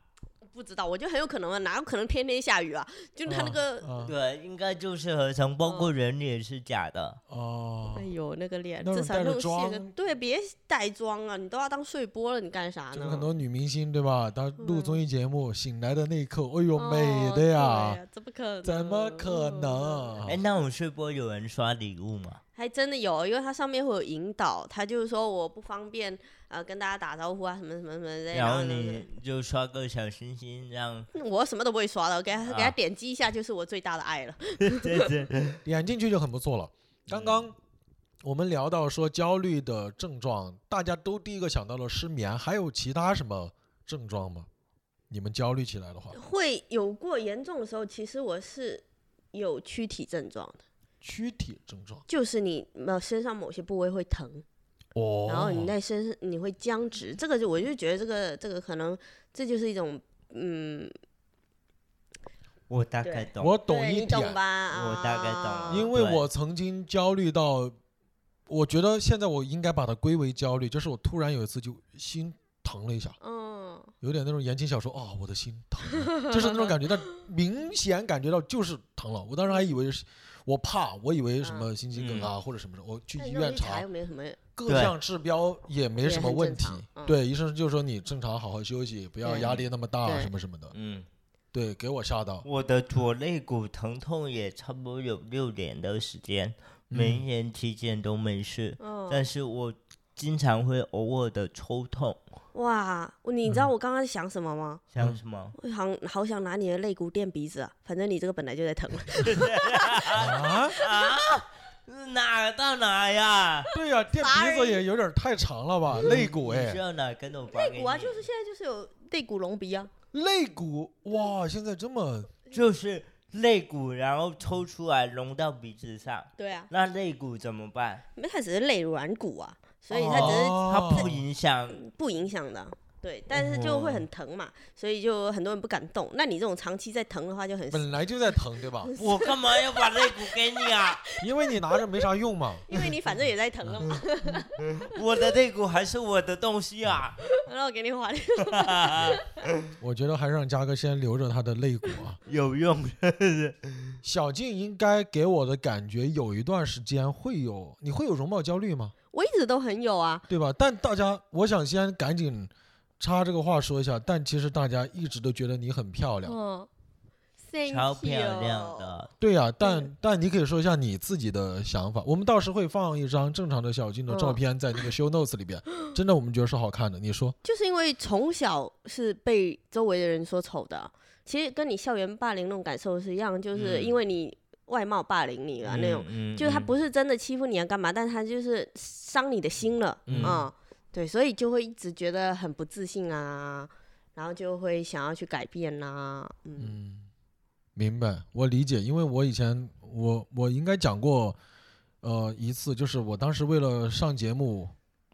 不知道我就很有可能啊，哪有可能天天下雨啊？就他那个，
啊
对，应该就是合成，包
嗯
括人脸是假的。
哦
哎，呦那个脸，
那
至
种
少
带着
那种卸个
妆
对，别带妆啊，你都要当睡波了，你干啥
就是很
呢？
多女明星对吧？她录
啊嗯
综艺节目醒来的那一刻，哎呦，
哦
美的
对
呀！
这不可能，
怎么可能
嗯
哎、那我睡播有人刷礼物吗？
还真的有，因为它上面会有引导，它就是说我不方便呃跟大家打招呼啊，什么什么什么之类的。
然后
呢嗯
你就刷个小星星， 让
我什么都不会刷的，我给他、给他
啊
点击一下就是我最大的爱了。
对对，
点进去就很不错了。刚刚我们聊到说焦虑的症状，大家都第一个想到了失眠，还有其他什么症状吗？你们焦虑起来的话，
会有过严重的时候，其实我是有躯体症状的，
躯体症状
就是你呃身上某些部位会疼，
哦，
然后你在身上你会僵直，这个就我就觉得这个这个可能这就是一种嗯，
我大概懂。
我懂
对
一
你懂
点，
吧？啊
我大概懂
因为
对
我曾经焦虑到，我觉得现在我应该把它归为焦虑，就是我突然有一次就心疼了一下，
嗯，
有点那种言情小说啊、我的心疼 了，就是那种感觉，但明显感觉到就是疼了。我当时还以为是我怕，我以为什么心肌梗啊、或者什么的，我
嗯
去
但
医
肉
院
一查
查
又，没有什么，
各
嗯对
项指标也没
也
什么
很
问
正
题
常。嗯
对，医生就说你正常好好休息，不要
对
压力那么大啊
对
什么什么的。
嗯，
对，给我吓到，
我的左肋骨疼痛也差不多有六年的时间，每一
嗯，
年体检都没事，
嗯，
但是我经常会偶尔的抽痛，
哇，你知道我刚刚想什么吗？
像
嗯
什么？
我想好想拿你的肋骨垫鼻子啊，反正你这个本来就在 疼。
啊，
哪到哪呀？
对呀、垫鼻子也有点太长了吧，肋骨
你
哎
知，道哪根我发
肋骨啊，
给你
就是现在就是有肋骨隆鼻啊，
肋骨哇，现在这么
就是肋骨，然后抽出来融到鼻子上，
对啊，
那肋骨怎么办？
没它只是肋软骨啊，所以它只是
哦
它不影响，
不影响的。对，但是
哦
就会很疼嘛，所以就很多人不敢动。那你这种长期在疼的话，就很
本来就在疼 对吧？
我干嘛要把肋骨给你啊？
因为你拿着没啥用嘛。
因为你反正也在疼了嘛。
我的肋骨还是我的东 西啊！
嗯
然后我给你划，
我觉得还是让嘉哥先留着他的肋骨啊。
有用
小静应该给我的感觉，有一段时间会有，你会有容貌焦虑吗？
我一直都很有啊。
对吧？但大家，我想先赶紧插这个话说一下，但其实大家一直都觉得你很漂亮，
嗯，thank
超漂亮
you
的，
对呀、但但你可以说一下你自己的想法。我们到时会放一张正常的小静的照片在那个 show notes 里边，真的我们觉得是好看的。你说
就是因为从小是被周围的人说丑的，其实跟你校园霸凌那种感受是一样，就是
嗯
因为你外貌霸凌你啊、那种，
嗯
就是他不是真的欺负你啊干嘛，但他就是伤你的心了，
嗯
啊，对，所以就会一直觉得很不自信啊，然后就会想要去改变啦、嗯
嗯，明白，我理解，因为我以前我我应该讲过，呃，一次就是我当时为了上节目，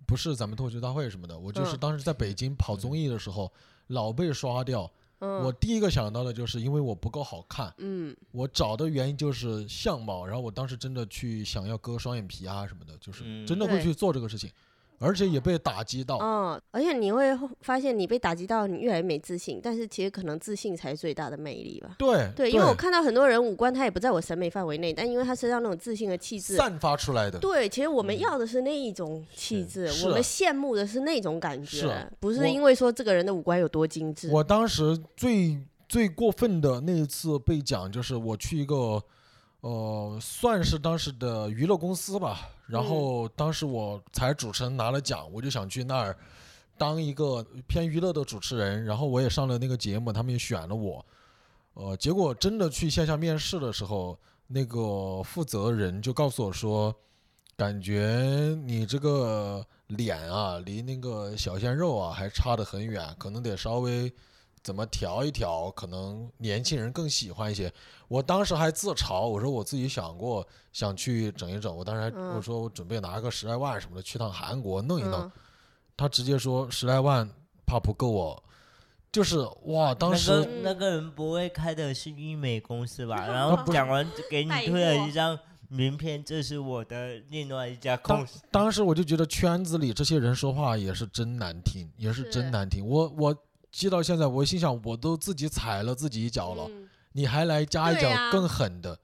不是咱们脱口秀大会什么的，我就是
嗯
当时在北京跑综艺的时候，老被刷掉。
嗯，
我第一个想到的就是因为我不够好看，
嗯
我找的原因就是相貌，然后我当时真的去想要割双眼皮啊什么的，就是
嗯
真的会
对
去做这个事情，而且也被打击
哦
到。
嗯，而且你会发现你被打击到，你越来越没自信，但是其实可能自信才是最大的魅力吧。
对
对，因为我看到很多人五官他也不在我审美范围内，但因为他身上那种自信的气质，
散发出来的。嗯
对，其实我们要的是那一种气质，
是
我们
啊
羡慕的是那种感
是啊
觉，不
我
是因为说这个人的五官有多精致。
我当时最最过分的那一次被讲，就是我去一个，呃，算是当时的娱乐公司吧，然
嗯
后当时我才主持人拿了奖，我就想去那儿当一个偏娱乐的主持人，然后我也上了那个节目，他们也选了我。呃，结果真的去线下面试的时候，那个负责人就告诉我说，感觉你这个脸啊，离那个小鲜肉啊还差得很远，可能得稍微怎么调一调，可能年轻人更喜欢一些。我当时还自嘲，我说我自己想过想去整一整，我当时还、
嗯
我说我准备拿个十来万什么的去趟韩国弄一弄，
嗯，
他直接说十来万怕不够哦，就是哇，当时、
那个那个人不会开的是医美公司吧？
嗯
然后讲完就给你
带
推了
货
一张名片，这是我的另外一家公司。
当时我就觉得圈子里这些人说话也是真难听，也是真
是
难听。我我记到现在，我心想，我都自己踩了自己一脚了，
嗯
你还来加一
对
脚
呀
更狠的，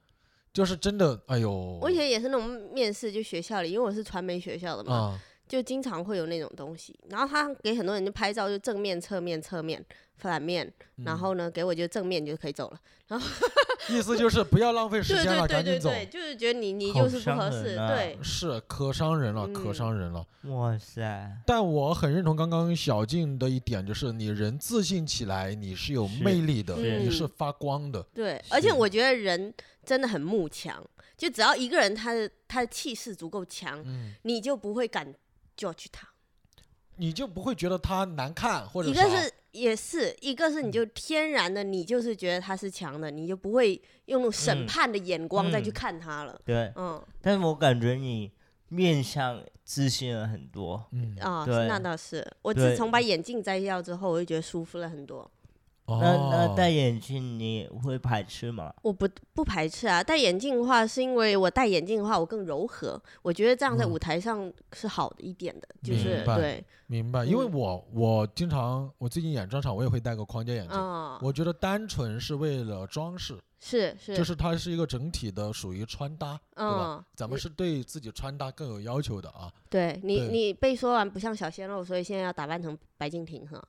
就是真的，哎呦！
我以前也是那种面试，就学校里，因为我是传媒学校的嘛，
啊，
就经常会有那种东西。然后他给很多人就拍照，就正面、侧面、侧面、反面，
嗯
然后呢，给我就正面就可以走了。
意思就是不要浪费时
对
间
对
了，
对
赶
对
紧走。
对，就是觉得你你
好
就是不
伤
合
人
适，
啊
对，
是可伤人了，可
嗯
伤人了。
哇塞，
但我很认同刚刚小静的一点，就是你人自信起来，你是有
是
魅力的，
是
你是发光的。
对，而且
是
我觉得人真的很慕强，就只要一个人他的他的气势足够强，
嗯，
你就不会敢 judge 他。
你就不会觉得他难看或者
一
啥嗯
个是也是一个是你就天然的，你就是觉得他是强的，你就不会用那种审
嗯
判的眼光再去
嗯
看他了。
对，
嗯
但是我感觉你面相自信了很多。
嗯
啊，
对
那倒是。我
对
自从把眼镜摘掉之后，我就觉得舒服了很多。
那
哦
那戴眼镜你会排斥 吗？
我不不排斥啊，戴眼镜的话是因为我戴眼镜的话我更柔和，我觉得这样在
嗯
舞台上是好的一点的，就
明
是
白
对，
明白，因为
嗯
我我经常我最近演专场，我也会戴个框架眼镜。
嗯，
我觉得单纯是为了装饰，
是是，
就是它是一个整体的，属于穿搭，对吧？
嗯，
咱们是对自己穿搭更有要求的啊。
对你
对
你被说完不像小鲜肉，所以现在要打扮成白敬亭哈。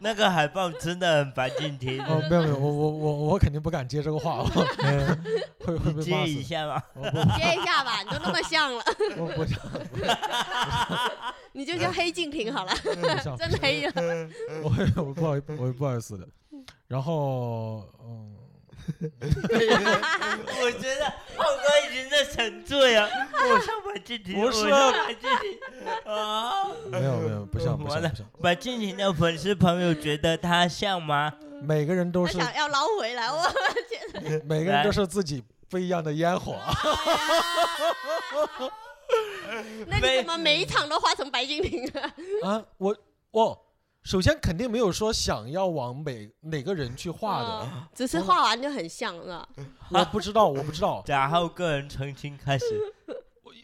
那个海报真的很白敬亭，
哦，没有没有，我我我我肯定不敢接这个 话，嗯我会会
你
被骂
接一
死。
下吗？
我不
接一下吧，你都那么像了，
我不想
你就叫
哎
黑敬亭好了，
不想，
真黑了。
我会我不好意我会不好意思的。 然后嗯，
我觉得浩哥已经在沉醉 啊！我像白敬亭，
不是啊
我像白敬亭啊！
没有没有，不像 不像
完了
不像，
白敬亭的粉丝朋友觉得他像吗？
每个人都
我
是
想要捞回来， 我觉得
每个人都是自己不一样的烟火。啊
那你怎么每一场都画成白敬亭 啊？
啊，我哦，首先肯定没有说想要往哪哪个人去画的，
嗯只是画完就很像是吧？
我不知道，我不 知道。
贾浩个人澄清开 始，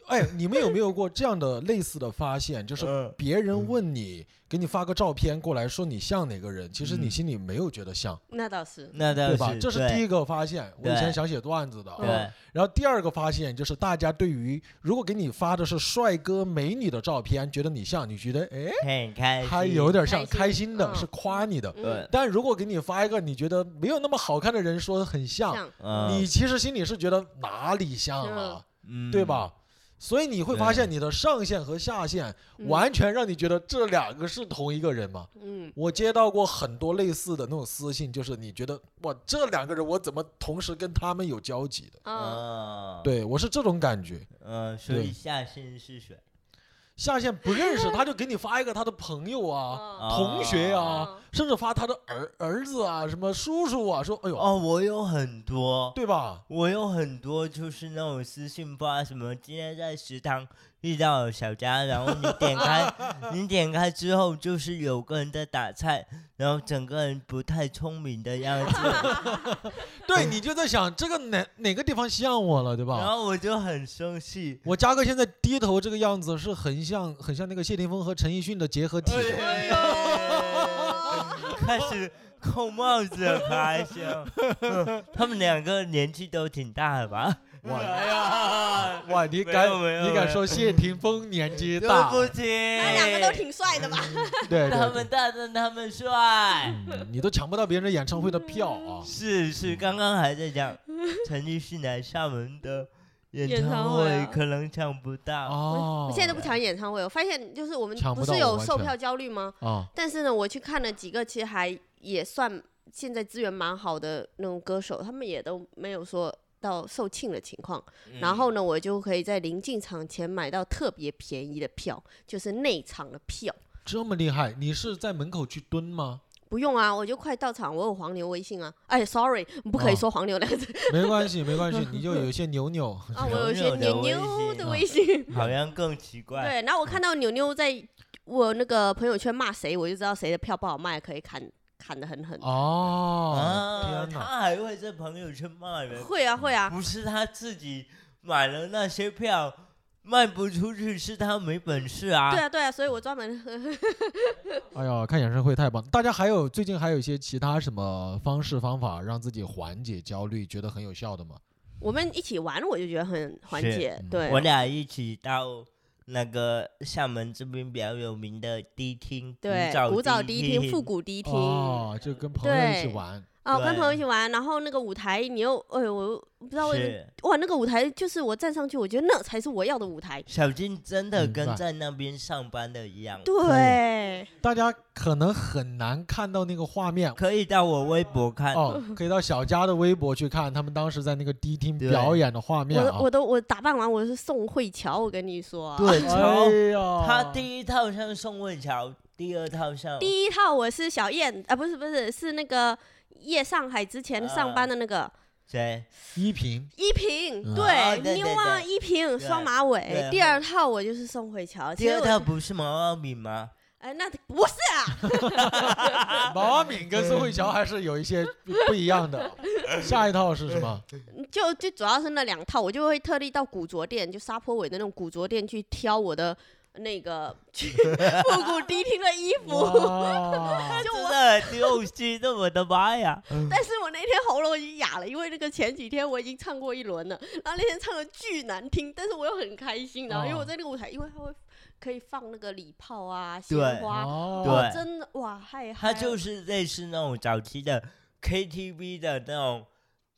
哎，你们有没有过这样的类似的发现？就是
嗯
别人问你，给你发个照片过来说你像哪个人，其实你
嗯
心里没有觉得像，
那倒是，
那倒
对
嗯是
吧？这是第一个发现。我以前
对
想写段子的啊。
对
然后第二个发现就是，大家对于如果给你发的是帅哥美女的照片，觉得你像，你觉得哎，
对，很开心，
还有点
开
像，
心
开心的，
嗯
是夸你的。
嗯
对，
但如果给你发一个你觉得没有那么好看的人说很像，
像
嗯
你其实心里是觉得哪里像了，
嗯
对？吧？所以你会发现你的上限和下限完全让你觉得这两个是同一个人吗？
嗯，
我接到过很多类似的那种私信，就是你觉得哇，这两个人我怎么同时跟他们有交集的？
啊，
嗯，，
对我是这种感觉，
嗯，所以下线是谁？
下线不认识他就给你发一个他的朋友 啊、
啊
啊
同学啊
哦，
甚至发他的儿儿子啊、什么叔叔啊，说哎呦，
哦，我有很多，
对吧？
我有很多就是那种私信发什么，今天在食堂遇到小佳，然后你点 开，你点开之后就是有个人在打菜，然后整个人不太聪明的样子，
对你就在想这个哪哪个地方像我了，对
哎然
吧？
后我就很生气。
我嘉哥现在低头这个样子是很像很像那个谢霆锋和陈奕迅的结合体，
哎呦开始扣帽子了，开始，嗯 他们两个年纪都挺大的吧？
哇
哎呀，
哇，你
没有
敢
没有
你
没
敢
有
说谢霆锋年 纪
对
大？
不
对
起，
他两个都挺帅的吧？
哎对
他
对
们大但他们帅。
嗯你都抢不到别人演唱会的票啊！
是是，刚刚还在讲陈奕迅来厦门的演
演
唱
唱会
会
啊
可能抢不到。
哦，
我现在都不抢演唱会，我发现就是我们
抢不
不
到
是
我
有
完
售
全
票焦虑吗？
啊，
但是呢，我去看了几个，其实还也算现在资源蛮好的那种歌手，他们也都没有说到售罄的情况。
嗯
然
嗯
后呢，我就可以在临近场前买到特别便宜的票，就是内场的票。
这么厉害，你是在门口去蹲吗？
不用啊，我就快到场，我有黄牛微信啊。哎，sorry，不可以
哦
说黄牛 两个字
没关系，没关系，你就有一些扭扭，
啊，我有一些
牛
牛
牛的
牛的
微啊
微信。
好像更奇怪。
对，然后我看到牛牛在我那个朋友圈骂谁，我就知道谁的票不好卖，可以砍砍得很狠。
哦，
啊，
天哪，
他还会在朋友圈骂人，
会啊，会啊，
不是他自己买了那些票卖不出去，是他没本事啊。
对啊，对啊，所以我专门
哎呀，看演唱会太棒！大家还有最近还有一些其他什么方式方法让自己缓解焦虑，觉得很有效的吗？
我们一起玩，我就觉得很缓
是
解
嗯。
对，
我俩一起到那个厦门这边比较有名的迪厅，
对，古早迪厅、复古迪厅
哦，就跟朋友一起
对
玩，
哦，跟
对
朋友一起玩，然后那个舞台，你又，哎呦，我不知道为什
是
么，哇，那个舞台就是我站上去，我觉得那才是我要的舞台。
小金真的
明白
跟在那边上班的一样。
嗯对，
大家可能很难看到那个画面。
可以到我微博看，
哦，可以到小佳的微博去看他们当时在那个迪厅
对
表演的画面啊
我。我都我打扮完我是宋慧乔，我跟你说、啊，
对，
哎
从
呀，
他第一套像宋慧乔，第二套像
第一套我是小燕，啊，不是不是，是那个叶上海之前上
啊
班的那个
谁？
依萍，
依萍，
嗯
哦对对
对，妞啊，
对
依萍
对
双马
对
尾。第二套我就是宋慧乔，其
第
实
二
我
套不是毛阿敏吗？
哎，那不是啊，
毛阿敏跟宋慧乔还是有一些不不一样 的。下一套是什么？
就就主要是那两套，我就会特地到古着店，就沙坡尾的那种古着店去挑我的那个去 复古迪厅的衣服。
哇，
就
真
我，
的很用心的，我的妈呀！
但是我那天喉咙已经哑了，因为那个前几天我已经唱过一轮了，然后那天唱的巨难听，但是我又很开心，然后因为
哦
我在那个舞台，因为它会可以放那个礼炮啊、鲜
对
花，
哦
对
哇真的哇，嗨嗨
它
了，
就是类似那种早期的 KTV 的那种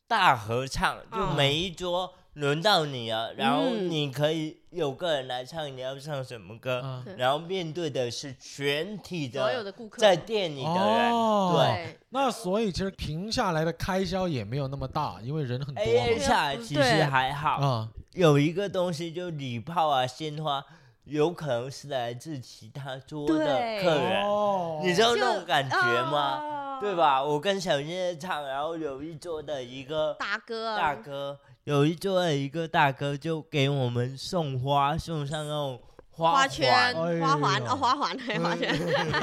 大合唱，就
嗯
每一桌轮到你了，然后
嗯
你可以有个人来唱你要唱什么歌，
嗯
对
然后面对的是全体
所有
的
的顾客
在店里的
哦
人，
对。
那所以其实平下来的开销也没有那么大，因为人很多
对，A
哎
A
嘛。
下其实
对
还好，
啊，
有一个东西就礼炮啊、鲜花，有可能是来自其他桌的
对
客人，
哦
你知道
就
那种感觉吗？
啊
对？吧？我跟小叶唱，然后有一桌的一个
大哥，
大哥，有一桌的一个大哥就给我们送花，送上那种花哎
花
环
圈、
哎
花环
呦
哦，花环还花圈，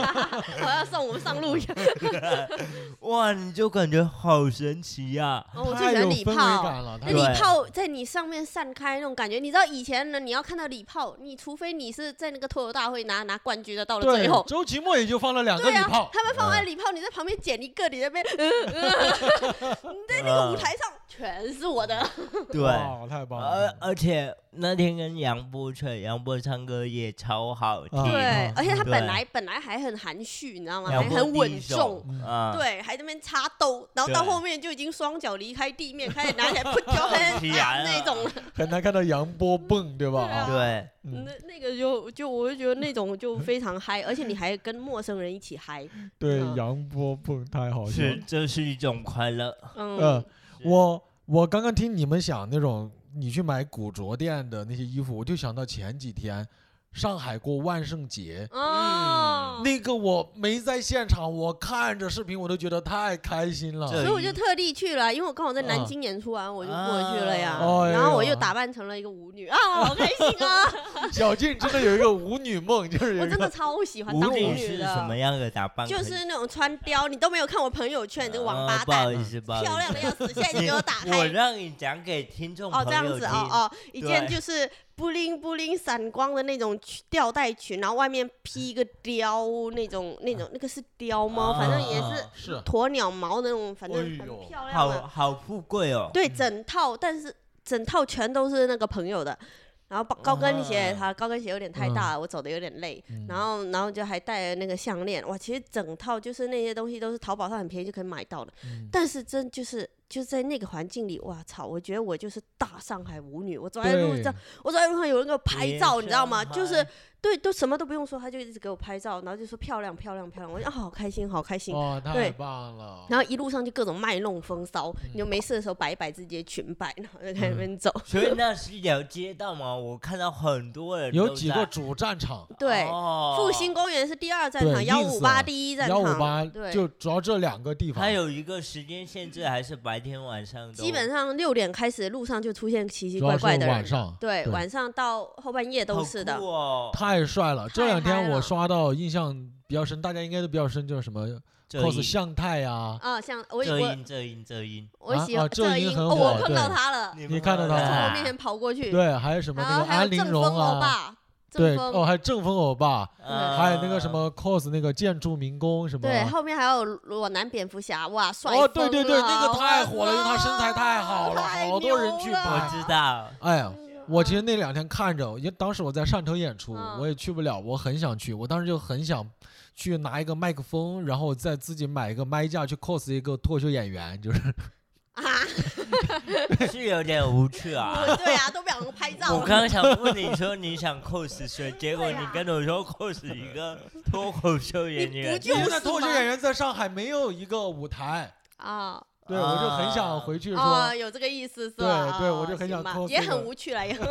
我要送我们上路 一样。
哇，你就感觉好神奇啊呀、
哦我最
太
喜欢
有
礼
氛围
炮。
感了，
那
太有
对
礼炮在你上面散开那种感觉，你知道以前呢，你要看到礼炮，你除非你是在那个脱口大会拿拿冠军的，到了
对
最后，
周奇墨也就放了两个
对
礼
呀、
炮，嗯
他们放完礼炮，你在旁边捡一个，你在那边，呃呃你在那个舞台上全是我的，
呃对，
哇，太棒
而
呃
了。
而且那天跟杨波吹，杨波唱歌也超好 听，
啊
对
嗯，
而且他
对
本来本来还很含蓄，你知道吗？
杨
还
波
很
第
稳
一首
重，
嗯
啊，
对，还在那边插兜，然后到
对
后面就已经双脚离开地面，开始拿起来扑跳 开
起
始
来
打
啊
了
那种了。
很难看到杨波蹦，对吧？
对啊
对
嗯
那那个就就我就觉得那种就非常嗨，而且你还跟陌生人一起嗨，
对，
嗯
杨波蹦太好笑了
是。这是一种快乐，
嗯
嗯，，我我刚刚听你们讲那种你去买古着店的那些衣服，我就想到前几天上海过万圣节，
哦，
那个我没在现场，我看着视频我都觉得太开心
这
了。
所以我就特地去了，因为我刚好在南
嗯
京演出完，我就过去了呀
哦
啊
哎。
然后我
呦
又打扮成了一个舞女啊，好开心啊！
小静真的有一个舞女梦，就是有
我
一
真的
个
超喜欢
无
当舞
论
女
是什么
的，
样的打扮，
就是那种穿貂，你都没有看我朋友圈，你这个王
啊
八
不好
蛋，
意思，不好意思
漂亮的要死，现在就给我打
我
开。
让你讲给听众朋
哦，
友
这样子
听
哦哦，一件
对
就是布灵布灵闪光的那种裙吊带裙，然后外面披一个貂那种那种那个是貂吗？反正也是
啊是
鸵鸟毛的那种，反正
哎呦
很漂亮
好
的。
好富贵哦。
对，整套，但是整套全都是那个朋友的。然后高高跟鞋，
啊
它高跟鞋有点太大
嗯
了，我走的有点累。
嗯
然后，然后就还带了那个项链，哇，其实整套就是那些东西都是淘宝上很便宜就可以买到的。
嗯
但是真就是就是在那个环境里，哇操！我觉得我就是大上海舞女，我走在路
对
上，我走在路上有人给我拍照，你知道吗？
上
就是
海
对，都什么都不用说，他就一直给我拍照，然后就说漂亮漂亮漂亮，我就啊好开心好开
哦
心。
哇，太
对
棒了！
然后一路上就各种卖弄风骚，
嗯
你就没事的时候摆一摆自己的裙摆，然后就在那边走。
所以那是一条街道嘛，我看到很多人
有
都
几
在
个主战场，
对，
哦
复兴公园是第二战
对
场，幺五
Linz 啊
八第一战
幺
场，
五八
对，
就主要这两个地方
它。有一个时间限制，还是白天晚上都？
基本上六点开始路上就出现奇奇
主要
怪怪
是
的
晚
人，
上，
对，晚上到后半夜都
好
是的
酷。哦，
太帅了！这
太
两天
嗨
我
了
刷到印象比较深，大家应该都比较深，就是什么
这
cos
音
向太呀，
啊，像我
这
我
音这音这音，
我喜
啊
欢
啊这
音，
音很
哦，我
火
碰到
对
他 了，
你看到
他
他
从我
吗
面
啊
前跑过去，
对，还有什么
然
那
后
个
还有
安陵
郑
容
风欧
啊，
巴，郑
对，
风
哦，还有郑风欧巴，
啊
嗯
还有那个什么 cos 那个建筑民工什么，
对，后面还有裸男蝙蝠侠，哇，帅
哦，对对对，
疯
那
了
个太火了，因为他身材太
哇
好了，
太
好多人
牛
去
了
我
拍。
知 道，
哎呀，我其实那两天看着，因为当时我在汕头演出，
嗯
我也去不了，我很想去，我当时就很想去拿一个麦克风，然后再自己买一个麦架去 cos 一个脱口秀演员，就是
啊，
是有点无趣啊。
我对啊，都不想拍照
我
了。
刚想问你说你想 cos 谁，结果你跟我说 cos 一个脱口秀演
啊你不
员，
就
因为
是
脱口秀
吗
演员在上海没有一个舞台，
啊
对我 就很想回去
啊，
说，
有这个意思是
对
吧？
对
哦
我就很
行
想
吧
cos
也
这个
很无趣了，也很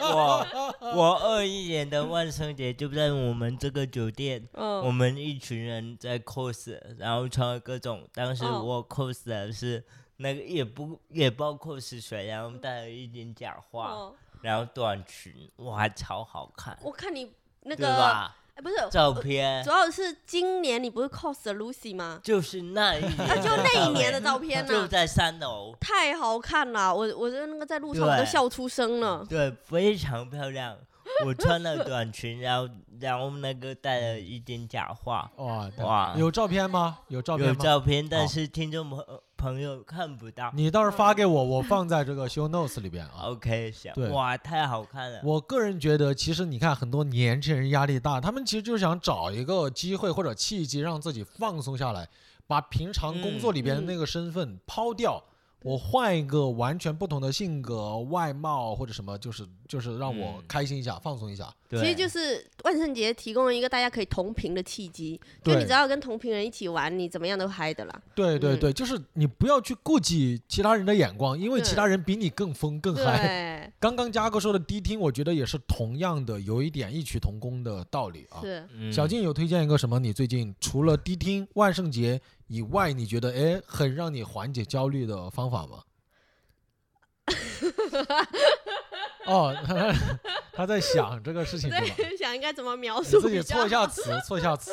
我我二一年的万圣节就在我们这个酒店，我
嗯
们一群人在 cos，然后穿各种。当时
哦
我 cos 的是那个也不也不知道 cos 谁，然后戴了啊一顶假发，
哦，
然后短裙，哇，超好看，
我看你那
对
个
吧？
哎不是，
照
呃
片
主要是今年你不是 cos 了 Lucy 吗？
就是那一年的
哎
啊，
照片， 啊
就那一年的照 片啊
就
呢，
在三楼，
太好看了，我我的那个在路上我都
对
笑出声 了。
对，非常漂亮。我穿了短裙，然后然后那个戴了一顶假发，
哇
哇
有照片吗？有照
有
片吗？
照片，
好
但是听众朋朋友看不到。
你到时候发给我，我放在这个 show notes 里边啊。
OK，行
对，
哇，太好看了。
我个人觉得，其实你看，很多年轻人压力大，他们其实就想找一个机会或者契机，让自己放松下来，把平常工作里
嗯
边的那个身份抛掉，我换一个完全不同的性格、外貌或者什么，就是就是让我
嗯
开心一下、放松一下。
对
其实就是万圣节提供了一个大家可以同频的契机，就
对
你只要跟同频人一起玩，你怎么样都嗨 的啦。
对对
嗯
对，就是你不要去顾及其他人的眼光，因为其
对
他人比你更疯更嗨。
对，
刚刚嘉哥说的低听，我觉得也是同样的，有一点异曲同工的道理啊。
是
嗯
小静有推荐一个什么？你最近除了低听万圣节以外，你觉得哎很让你缓解焦虑的方法 吗？哦， 他他在想这个事情是吧？
对， 想应该怎么描
你
述
自
比
己
较
错一 下词，错一下词。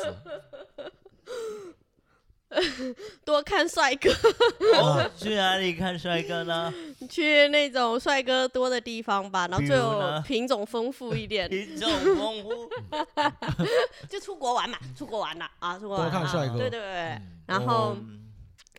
多看帅哥，
嗯
哦，去哪里看帅哥呢？
去那种帅哥多的地方吧，然后
比
最
如
有
呢
品种丰富一点，
品种丰富，
就出国玩嘛，出国玩了啊，出国
多
玩
看
啊
帅哥
对对对，
嗯
然后
嗯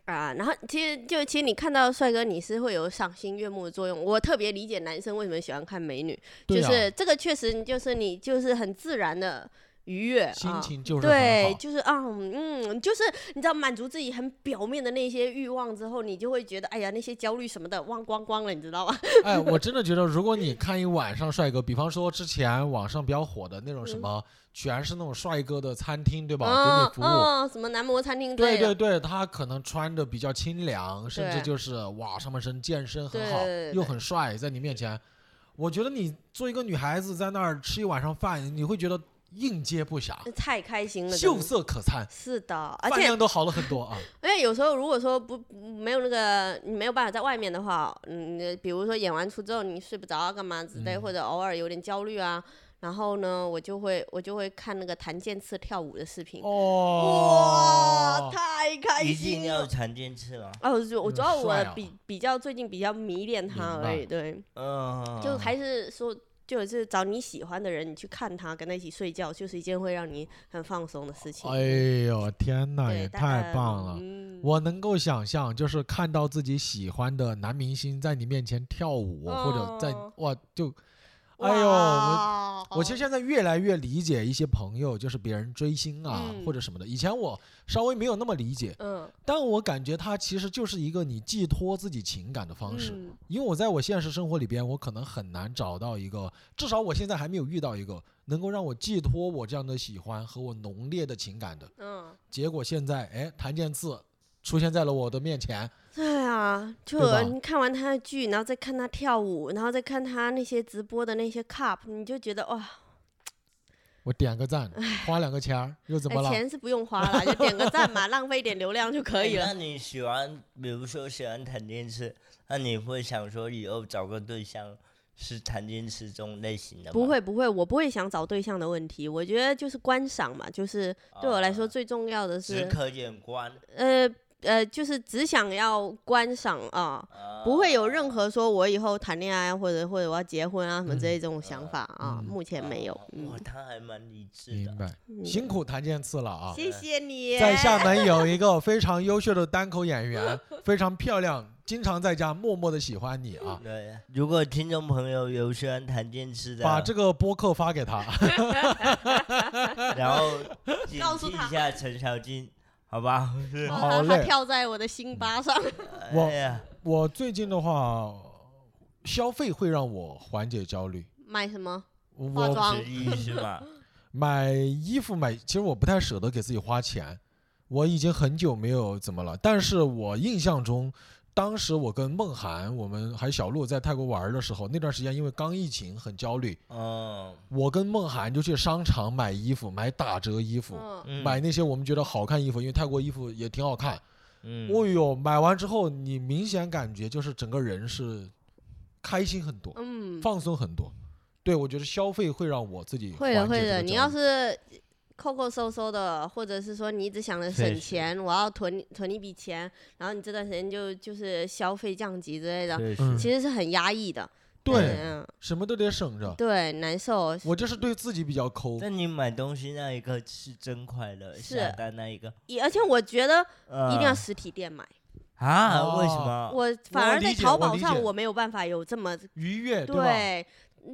啊，然后其实就其实你看到帅哥，你是会有赏心悦目的作用。我特别理解男生为什么喜欢看美女，
对
就
啊
是这个确实就是你就是很自然的愉悦
心
啊。
情就是很
对，
好。
就是啊，嗯，就是你知道满足自己很表面的那些欲望之后，你就会觉得，哎呀，那些焦虑什么的忘光光了，你知道吗？
哎，我真的觉得，如果你看一晚上帅哥，比方说之前网上比较火的那种什么，全是那种帅哥的餐厅，对吧？
嗯
给你服务。
嗯，什么男模餐厅之
对
类
对
的，
对，他可能穿的比较清凉，甚至
对
就是哇，上半身健身很好，
对对对
又
对
很帅，在你面前，我觉得你做一个女孩子在那儿吃一晚上饭，你会觉得应接不暇，
太开心了，真
秀
的
色可餐，
是的，而
饭
且
量都好了很多啊。
而且有时候如果说不嗯没有那个你没有办法在外面的话，嗯，你比如说演完出之后你睡不着啊，干嘛之类，
嗯
或者偶尔有点焦虑啊，然后呢，我就会我就会看那个谭健次跳舞的视频，哇，
哦，
太开
一定
心了
要！常见吃吗？
哦，我就我
嗯
主要我
帅啊
比比较最近比较迷恋他
明白
而已，对，
嗯，
就还是说。就是找你喜欢的人，你去看他，跟他一起睡觉，就是一件会让你很放松的事情。
哎呦天哪，
对，
也
大
太
家
棒了！
嗯
我能够想象，就是看到自己喜欢的男明星在你面前跳舞，或者在
哦
哇，就哎呦，我
哇
我其实现在越来越理解一些朋友，就是别人追星啊、
嗯
或者什么的。以前我稍微没有那么理解，
嗯
但我感觉它其实就是一个你寄托自己情感的方式。
嗯
因为我在我现实生活里边，我可能很难找到一个，至少我现在还没有遇到一个能够让我寄托我这样的喜欢和我浓烈的情感的。
嗯，
结果现在，哎，谭健次出现在了我的面前，
对啊，就
对吧
你看完他的剧，然后再看他跳舞，然后再看他那些直播的那些 cup，你就觉得哇，
我点 个赞，花两个钱儿又怎么
哎
了？
钱是不用花 了，就点个赞嘛，浪费一点流量就可以
哎
了。
那你喜欢，比如说喜欢弹电视，那你会想说以后找个对象是弹电视这种类型的 吗？
不会不会，我不会想找对象的问题，我觉得就是观赏嘛，就是对我来说
啊
最重要的
只
是，
可远观，
呃呃，就是只想要观赏啊，不会有任何说我以后谈恋爱啊或者或者我要结婚啊什么之类这种想法啊，
嗯
目前没有
哦。
嗯
哇，，他还蛮理智
明
的。
白，
嗯
辛苦谭健次了啊！
谢谢你，
在厦门有一个非常优秀的单口演 员，非常漂亮，经常在家默默的喜欢你
嗯
啊。
对，如果听众朋友有喜欢弹电视的，
把这个播客发 给他，
然后谨
告诉
记
他
一下陈小金，好吧？
然后
好
啊他他
嘞。
跳在我的心巴上，
我
哎呀，
我最近的话，消费会让我缓解焦虑。
买什么？化
我
妆
十一是 吗？
买衣服买，其实我不太舍得给自己花钱，我已经很久没有怎么了。但是我印象中，当时我跟梦涵，我们还有小鹿在泰国玩儿的时候，那段时间因为刚疫情很焦虑，
嗯，
我跟梦涵就去商场买衣服，买打折衣服，
嗯，
嗯
买那些我们觉得好看衣服，因为泰国衣服也挺好看。
嗯，
哦哟，买完之后你明显感觉就是整个人是开心很多，
嗯，
放松很多。对，我觉得消费会让我自己
会的
缓解
会
这
的，
个
你
焦
要
虑
是抠抠搜搜的，或者是说你一直想着省
确实
钱，我要囤囤一笔钱，然后你这段时间就就是消费降级之类的，
确实
嗯
其实是很压抑的。
对
嗯，
什么都得省着。
对，难受。
我就是对自己比较抠，
但你买东西那一刻是真快乐，
是
下单那一个，
而且我觉得
呃
一定要实体店买，
啊？为什
哦
么？
我反而在
理解
淘
我
宝
理
上
解
我没有办法有这么
愉悦对吧？
对。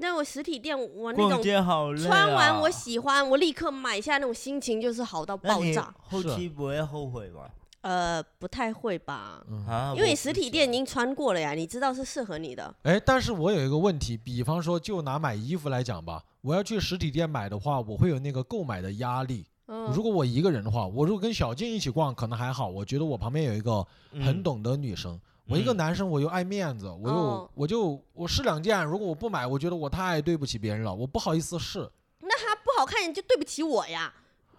那我实体店，我那
逛
种
街好累、啊。
穿完我喜欢，我立刻买下那种心情就是好到
那
爆
你
炸。
后期不会后悔吗？
呃，不太会吧？
嗯，
啊，
因为
我
你
不
实体
行
店已经穿过了呀，你知道是适合你的。
哎，但是我有一个问题，比方说就拿买衣服来讲吧，我要去实体店买的话，我会有那个购买的压力。
嗯，
如果我一个人的话，我如果跟小静一起逛可能还好，我觉得我旁边有一个很
嗯
懂得女生。我一个
嗯
男生，我又爱面子，我又、
哦
我就我试两件，如果我不买，我觉得我太对不起别人了，我不好意思试
那他不好看，你就对不起我呀。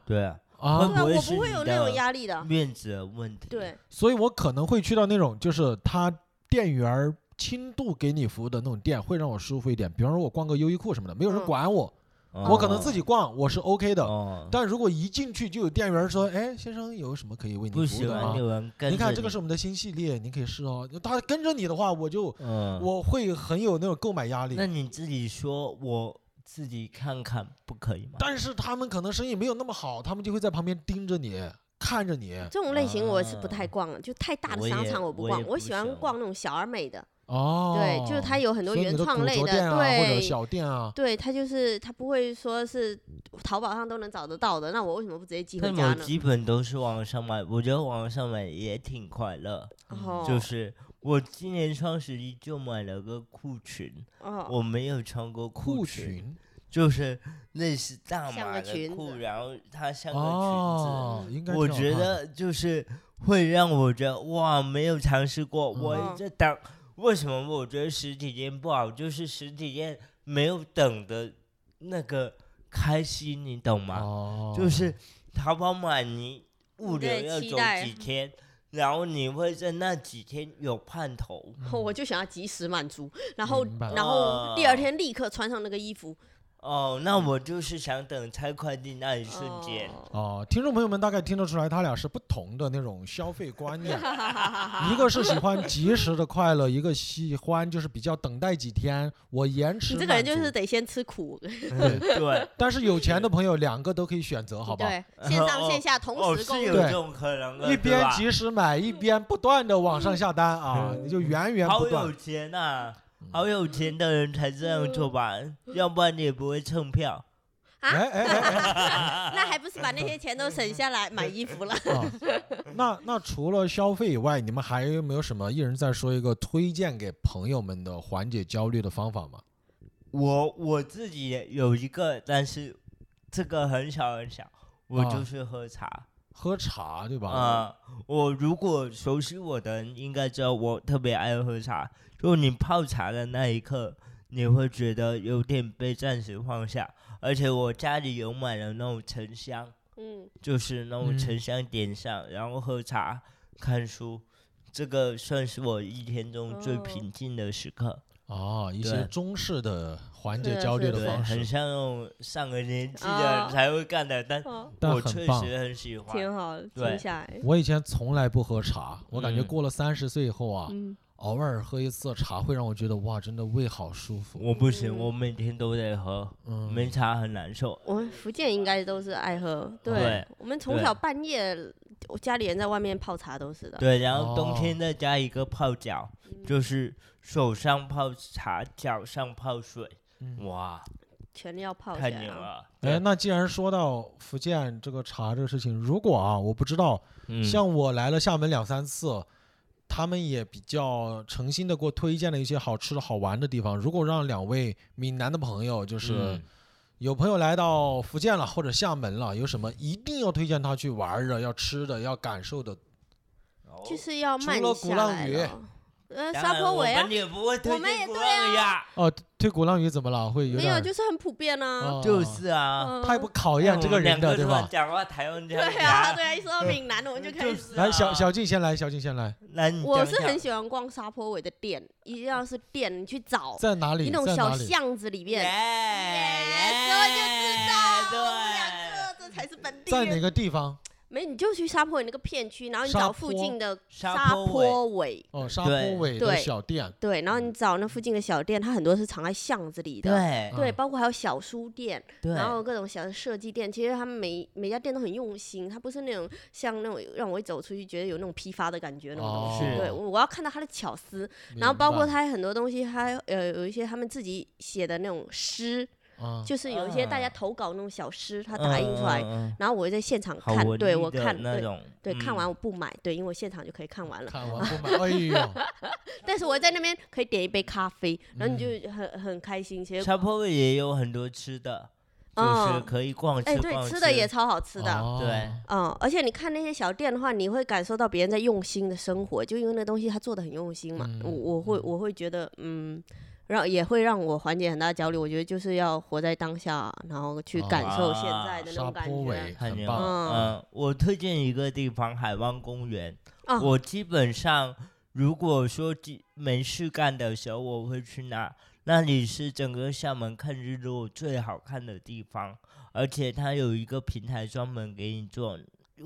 对啊，
啊
不
对，啊，
会
我
是
不会
你
有那种
的嗯
压力的。
面子的问题。
啊对，
所以我可能会去到那种就是他店员儿轻度给你服务的那种店，会让我舒服一点。比方说我逛个优衣库什么的，没有人
嗯
管我，
哦，
我可能自己逛我是 OK 的，
哦，
但如果一进去就有店员儿说：“哎，先生有什么可以为
不
您服务
喜
的吗
欢有人？”跟着
您看这个是我们的新系列，您可以试哦。他跟着你的话，我就
嗯，
我会很有那种购买压力。
那你自己说，我自己看看不可以吗？
但是他们可能生意没有那么好，他们就会在旁边盯着你，看着你。
这种类型我是不太
啊
逛的，就太大的
我
商
也
场我不
我
逛，
也
我
不
喜欢
喜欢
逛那种小而美的。
哦，
对，就是它有很多
所以你
原
的
创
古
类
着
的，
店啊或者
对。
小店啊，
对，它就是它不会说是淘宝上都能找得到的，那我为什么不直接寄回
但
家
我
呢？
基本都是网上买，我觉得网上买也挺快乐。
哦，
就是我今年双十一就买了个裤裙，
哦，
我没有穿过
裤
裙，
裙
就是类似大
像
码
个
的
裙
裤，
子
然后它像个裙子。
哦，应该
我
挺好
觉
看的
得就是会让我觉得哇，没有尝试过。我
嗯
这当为什么我觉得实体店不好？就是实体店没有等的那个开心，你懂吗？
哦，
就是淘宝买你物流
对
要
期
走
待
几天，然后你会在那几天有盼头。
哦我就想要及时满足，然后
明白
然
啊
后第二天立刻穿上那个衣服。
哦，那我就是想等拆快递那一瞬间。
哦，
哦，听众朋友们大概听得出来，他俩是不同的那种消费观念
一
一个是喜欢及时的快乐，一个喜欢就是比较等待几天，我延迟
你
满足。
这个人就是得先吃苦，
对，
对，
但是有钱的朋友两个都可以选择，好吧？
对， 线上线 下同
哦，
时
是
购
有
入。
对
这种可能的，
一
对
边
吧
及时买，一边不断的往上下单啊，
嗯
你就源源
好
不
有
断。
钱呐、啊好有钱的人才这样做吧，要不然你也不会蹭票。
啊，
哎哎哎
那还不是把那些钱都省下 来买衣服了？
哎啊！那那除了消费以外，你们还有没有什么一人再说一个推荐给朋友们的缓解焦虑的方法吗？
我我自己也有一个，但是这个很小很小，我
啊
就是喝茶。
喝茶对吧？
啊、我如果熟悉我的人应该知道，我特别爱喝茶。就你泡茶的那一刻，你会觉得有点被暂时放下。而且我家里有买了那种沉香，
嗯，
就是那种
嗯
沉香点上，然后喝茶、看书，这个算是我一天中最
哦
平静的时刻。
哦，一些
对
中式的缓解
是
焦虑
是
的
对，
方
很
式，
像那种上个年纪的
啊
人才会干的，但
哦，
但
我
很
确
棒。
实很喜欢。
挺好的，
对
停下来，
我以前从来不喝茶，我感觉
嗯
过了三十岁以后啊，
嗯，
偶尔喝一次茶会让我觉得哇，真的胃好舒服。
我不行，
嗯
我每天都得喝，
嗯，
没茶很难受。
我们福建应该都是爱 喝，
对
我们从
对
小半夜，我家里人在外面泡茶都是的，
对，然后冬
哦
天再加一个泡
哦
脚，就是手上泡茶，脚上泡水，
嗯
哇，
全要泡起
太
来
牛
啊。
了！
哎，那既然说到福建这个茶这个事情，如果啊，我不知道，
嗯
像我来了厦门两三次，他们也比较诚心的给我推荐了一些好吃的好玩的地方。如果让两位闽南的朋友，就是
嗯
有朋友来到福建了或者厦门了，有什么一定要推荐他去玩儿的、要吃的、要感受的？
就
哦
是要
除
慢
了鼓
下
浪
来
屿
了。呃，
当
沙
然
坡
我
尾啊
们，也不会推
们也
荐鼓
对啊
浪屿呀，
哦，推鼓浪屿怎么了？会有
没
点
有，
儿
就是很普遍啊。
哦
就是啊，
嗯
太不考
讨
验这个人的，对吧？
讲话台湾
对
腔，
啊，对，啊，一说到闽南，我们就开始。
来，
啊
小小，静先来，小静先来，
来你
我
讲
是
讲
很喜欢逛沙坡尾的店，一定要是店，你去找
在哪里？
哦一种
在
小
哪里？
巷子里
耶，
面。我
耶
就知道，我们
对
俩，这这才是本地
在哪
人。
个地方？
没，你就去沙坡尾那个片区，然后你
沙
找
坡
附近的
沙
沙
坡尾
坡尾，
哦，沙坡
对
尾的
对
小店。
对，然后你找那附近的小店，它很多是藏在巷子里的。
对
对，
嗯
包括还有小书店，
对，
然后各种小的设计店，其实他们每每家店都很用心，它不是那种像那种让我一走出去觉得有那种批发的感觉那种东西。
哦，
是
对，我我要看到它的巧思，然后包括
明白
它很多东西，它呃有一些他们自己写的那种诗，
啊，
就是有一些大家
啊
投稿那种小诗，它打印出来，
嗯，嗯嗯
然后我会在现场
好
看，
文
对
艺
我
的
看
那
对
种，
对，看
嗯
完我不买，对，因为我现场就可以看完了。
看完 不买，哎呦，
但是我在那边可以点一杯咖啡，然后你
嗯
就很很开心。其实，
沙坡尾也有很多吃的，就是
嗯
可以逛吃
哎，
逛
对，吃的也超好吃的。
哦
对
嗯，而且你看那些小店的话，你会感受到别人在用心的生活，就因为那东西他做的很用心嘛。
嗯
我我会我会觉得，嗯，让也会让我缓解很大焦虑。我觉得就是要活在当下，然后去
哦
感受现
啊
在的那
沙
种感
坡尾
觉。
很
很
牛。
棒，
嗯，我推荐一个地方，海湾公园。
啊
我基本上如果说几没事干的时候，我会去那。那里是整个厦门看日落最好看的地方，而且它有一个平台专门给你做，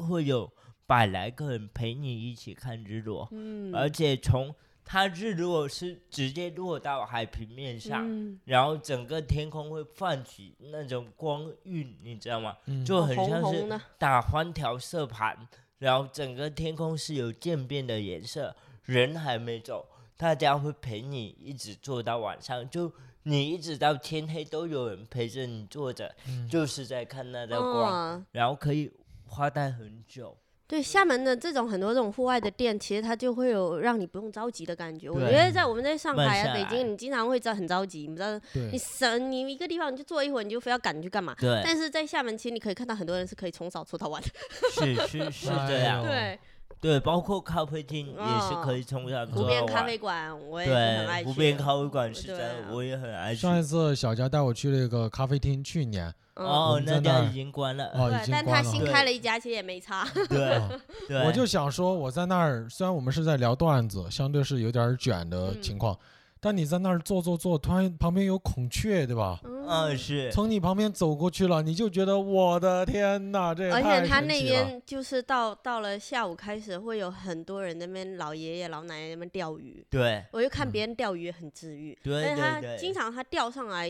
会有百来个人陪你一起看日落，
嗯，
而且从它日落是直接落到海平面上，
嗯
然后整个天空会泛起那种光晕，你知道吗？
嗯
就很
红
像
红
是
的，
打环调色盘，然后整个天空是有渐变的颜色，人还没走，大家会陪你一直坐到晚上，就你一直到天黑都有人陪着你坐着，
嗯
就是在看那道光，
嗯，
然后可以花待很久。
对厦门的这种很多这种户外的店，其实它就会有让你不用着急的感觉。我
对
觉得在我们在上海
慢
啊、
下
北
来
京，你经常会知道很着急，你不知道你
对，
省你一个地方你就坐一会儿，你就非要赶去干嘛。
对，
但是在厦门，其实你可以看到很多人是可以从早坐到 晚的。
是是 是这
哎
样
呦，对，
对，包括咖啡厅也是可以冲上
湖
坐
边
到
嗯咖
晚
啡。馆我也是很爱
对，
去。
湖边咖啡馆是真
对啊
的，我也很爱去。
上一次小佳带我去了一个咖啡厅，去年
嗯
我
哦
们，在
那
那
家
儿
已经关了。
哦已
呃对，
经
但
关
他
了
新
啊对
开了一家，其实也没差。
对
哦。
对，
我就想说我在那儿，虽然我们是在聊段子，相对是有点儿卷的
嗯
情况，但你在那儿坐坐坐，突然旁边有孔雀，对吧？
嗯，是，
从你旁边走过去了，你就觉得我的天呐，这也
而
太
且他
神
那
奇了
边就是到到了下午开始，会有很多人那边老爷爷老奶奶那边钓鱼，
对
我就看
嗯
别人钓鱼也很治愈。
对
而且
对嗯
他经
对，
常他钓上来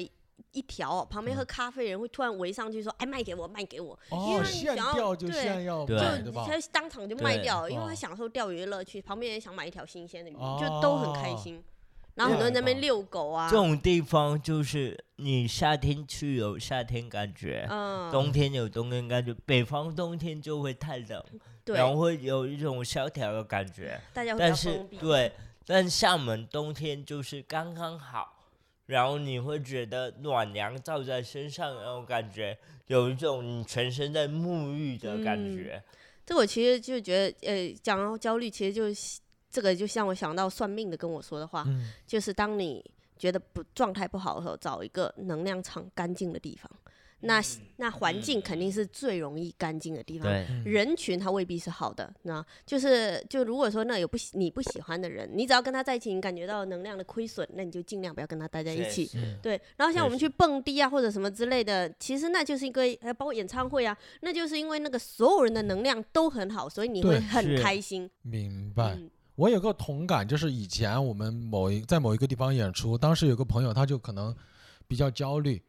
一条哦，旁边喝咖啡的人会突然围上去说：“哎，卖给我，卖给我因为
哦，
你
现
想要
钓就
对
现要
就
就！”
买，
对
对吧？
他当场就卖
对
掉了，因为
哦
他享受钓鱼的乐趣。旁边人想买一条新鲜的鱼，
哦
就都很开心。然后很多人在那边
对
遛狗啊
这，种地方就是你夏天去有夏天感觉，
嗯，
冬天有冬天感觉，北方冬天就会太冷，
对，
然后会有一种萧条的感觉。
大家会比
但
较
是
封闭，
对，但厦门冬天就是刚刚好，然后你会觉得暖阳照在身上，然后感觉有一种你全身在沐浴的感
嗯
觉。
这我其实就觉得，呃，讲到焦虑，其实就是这个，就像我想到算命的跟我说的话，
嗯，
就是当你觉得不状态不好的时候，找一个能量场干净的地方。那、那环境肯定是最容易干净的地方，
嗯对，
嗯
人群他未必是好的，那就是就如果说那有不喜你不喜欢的人，你只要跟他在一起，你感觉到能量的亏损，那你就尽量不要跟他待在一起。
嗯
是
对，然后像我们
确
去蹦迪啊或者什么之类的，其实那就是一个，还有包括演唱会啊，那就是因为那个所有人的能量都很好，所以你会
对
很
是
开心。
明白。
嗯，
我有个同感，就是以前我们某一在某一个地方演出，当时有个朋友他就可能比较焦虑，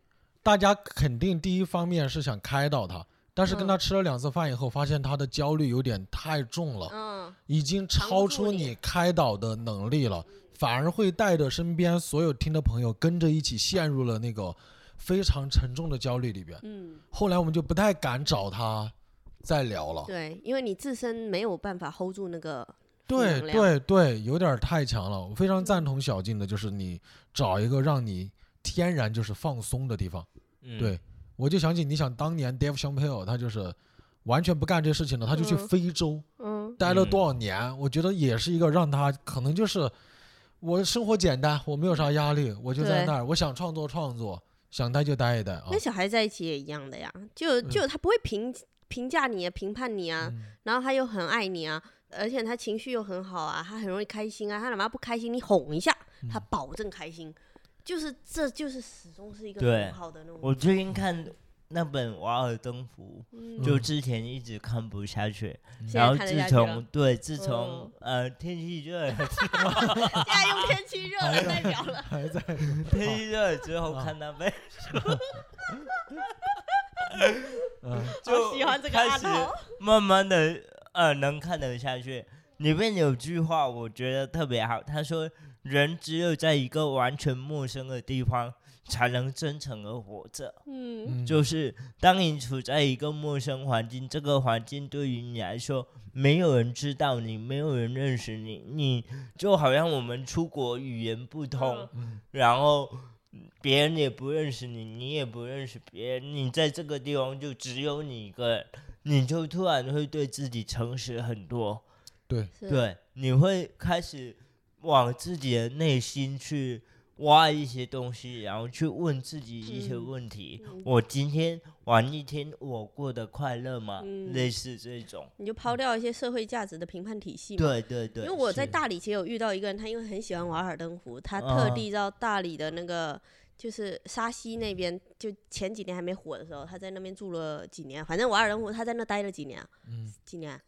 大家肯定第一方面是想开导他，但是跟他
嗯
吃了两次饭以后，发现他的焦虑有点太重了，
嗯，
已经超出你开导的能力了，反而会带着身边所有听的朋友跟着一起陷入了那个非常沉重的焦虑里边。
嗯，
后来我们就不太敢找他再聊了。
对，因为你自身没有办法 hold 住那个负
对
能量
对对，有点儿太强了。我非常赞同小静的，就是你找一个让你天然就是放松的地方。
嗯
对我就想起，你想当年 Dave Chappelle，他就是完全不干这事情了，他就去
嗯
非洲、
嗯，
待了
嗯
多少年，我觉得也是一个让他可能就是我生活简单，我没有啥压力，我就在
对
那儿，我想创作创作，想待就待一
哦
待啊
跟。小孩在一起也一样的呀，就
嗯
就他不会评评价你啊，评判你啊，
嗯
然后他又很爱你啊，而且他情绪又很好啊，他很容易开心啊，他哪怕不开心，你哄一下，他
嗯
保证开心。就是，这就是始终是一个
对
很好的那种。
我最近看那本《瓦尔登湖》，
嗯
就
嗯
之前一直看不下去，
现
然
在
后
看得
自
下去哦了
从对自从、呃天气热了
现在用天气热
哎
来代表了。
还在
天气热了之后
啊
看那
哦
本，
嗯
就
喜欢这个
开
阿
始
头，
慢慢的呃能看得下去。里面有句话我觉得特别好，他说人只有在一个完全陌生的地方才能真诚的活着。
嗯，
嗯
就是当你处在一个陌生环境，这个环境对于你来说，没有人知道你，没有人认识你，你就好像我们出国语言不通，
嗯
然后别人也不认识你，你也不认识别人，你在这个地方就只有你一个人，你就突然会对自己诚实很多，
对
是，
对，你会开始往自己的内心去挖一些东西，然后去问自己一些
嗯
问题。
嗯
我今天玩一天，我过得快乐吗？
嗯
类似这种。
你就抛掉一些社会价值的评判体系嘛。
对对对，
因为我在
是
大理其实有遇到一个人，他因为很喜欢瓦尔登湖，他
啊
特地到大理的那个就是沙溪那边，就前几年还没火的时候，他在那边住了几年，反正瓦尔登湖他在那待了几年啊，
嗯
几年啊，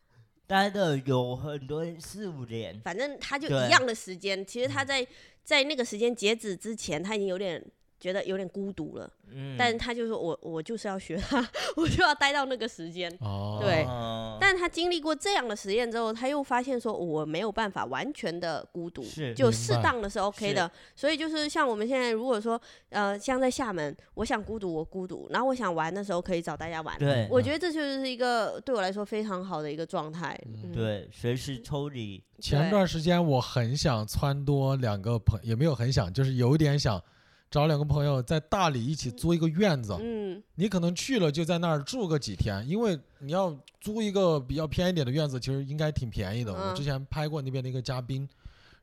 待的有很多四五年，
反正他就
对嗯
一样的时间。其实他在在那个时间截止之前，他已经有点觉得有点孤独了，
嗯，
但他就说我我就是要学他， 我就要待到那个时间。
哦
对
哦
但他经历过这样的实验之后，他又发现说，我没有办法完全的孤独，
是
就
明
适
白
当的是 OK 的。所以就是像我们现在，如果说呃，像在厦门，我想孤独我孤独，然后我想玩的时候可以找大家玩。
对
啊
我觉得这就是一个对我来说非常好的一个状态。
嗯
嗯，
对，随时抽离，
前
对
段时间我很想撺掇两个朋，也没有很想，就是有点想找两个朋友在大理一起租一个院子。
嗯，
你可能去了就在那儿住个几天，因为你要租一个比较偏一点的院子，其实应该挺便宜的。我
嗯
之前拍过那边的一个嘉宾，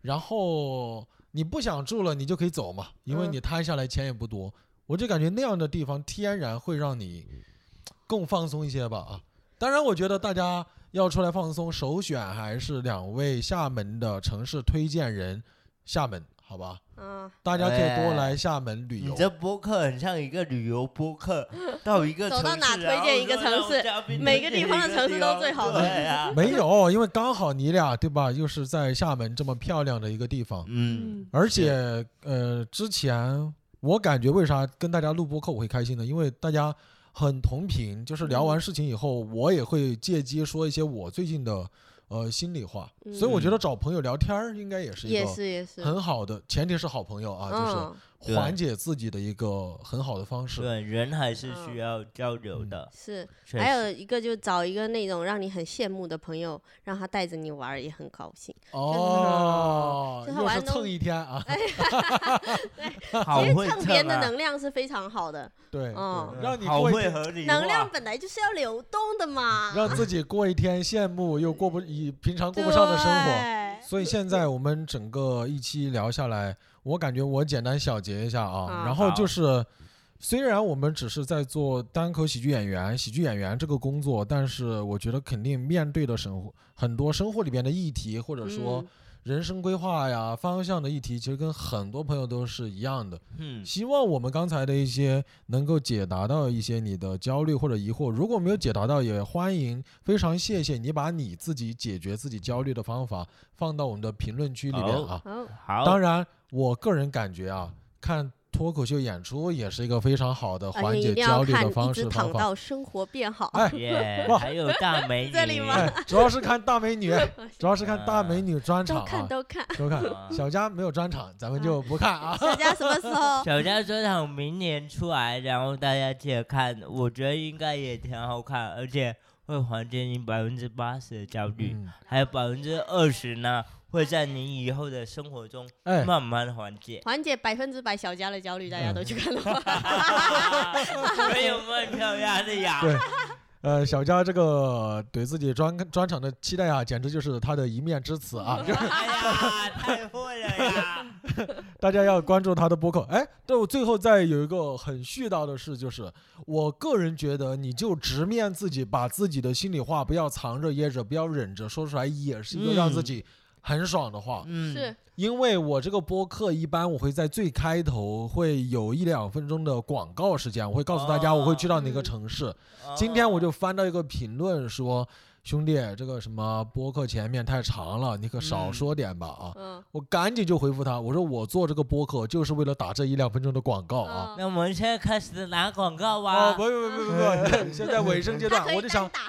然后你不想住了，你就可以走嘛，因为
嗯
你摊下来钱也不多。我就感觉那样的地方天然会让你更放松一些吧啊。当然，我觉得大家要出来放松，首选还是两位厦门的城市推荐人，厦门，好吧？
啊，
大家可以多
哎
来厦门旅
你
游。
这播客很像一个旅游播 客，到一个
走到
城
哪
市
推
然后
荐一个
说
城
让
市
嘉宾
每
推
个
荐
地
一
方的城市都
方
最好的
对 啊，
没有，因为刚好你俩对吧，又是在厦门这么漂亮的一个地方，
嗯，
而且呃，之前我感觉为啥跟大家录播客我会开心呢？因为大家很同频，就是聊完事情以后，我也会借机说一些我最近的呃心里话，所以我觉
嗯
得找朋友聊天儿应该也是一
也
个
是也是，
很好的，前提是好朋友啊，就
嗯，
是缓解自己的一个很好的方式。
对，人还是
嗯
需要交流的。
是。
确
还
实
有一个就找一个那种让你很羡慕的朋友，让他带着你玩儿也很高兴。
哦，
就是
又
玩哎
是
弄
蹭一天啊，
好
因为
会
蹭别人的
啊
能量是非常好的， 嗯
对，对
嗯
让你
好
过一
会
天，
合理
能
化
量本来就是要流动的嘛。
哎让自己过一天羡慕又过不以平常过不上的生活。所以现在我们整个一期聊下来，我感觉我简单小结一下啊，
啊
然后
好
就是，虽然我们只是在做单口喜剧演员、喜剧演员这个工作，但是我觉得肯定面对的生活很多生活里边的议题，或者
对
说
嗯
人生规划呀、方向的议题，其实跟很多朋友都是一样的。
嗯，
希望我们刚才的一些能够解答到一些你的焦虑或者疑惑，如果没有解答到，也欢迎非常谢谢你把你自己解决自己焦虑的方法放到我们的评论区里面啊。
哦，
好，
当然，我个人感觉啊，看脱口秀演出也是一个非常好的
而且
缓
啊一
解
定要
焦虑
看
的
一
方
直
式
躺
方法。
到生活变好。
哎
耶
哇，
还有大 美女，
这里吗
哎，主要是看大美女，主要是看大美女 专场
都看
啊，
都看，
收看
啊
小佳没有专场，咱们就不看啊。
小佳什么时 候？
小家专场明年出来，然后大家记得看，我觉得应该也挺好看，而且会缓解你百分之八十的焦虑，
嗯，
还有百分之二十呢，会在你以后的生活中
哎，
慢慢缓 解。
缓解百分之百小佳的焦虑，大
嗯
家都去看了 吗？
没有卖票压力呀、
对，呃，小佳这个对自己专专场的期待啊，简直就是他的一面之词啊！就是
哎呀，太会了 呀！
大家要关注他的播客。哎，对我最后再有一个很絮叨的事，就是我个人觉得，你就直面自己，把自己的心里话不要藏着掖着，不要忍着，说出来也是一个让自
嗯
己很爽的话。
嗯，
是，
因为我这个播客一般我会在最开头会有一两分钟的广告时间，我会告诉大家我会去到哪个
哦嗯
城市。
哦
今天我就翻到一个评论说，兄弟，这个什么播客前面太长了，你可少
嗯
说点吧啊！
嗯，
我赶紧就回复他，我说我做这个播客就是为了打这一两分钟的广
嗯
告
哦
啊。
那我们现在开始打广告
哦，
吧。
不不不不不，现在尾声阶
嗯他
段
可，
我
以
就
单
想，
打，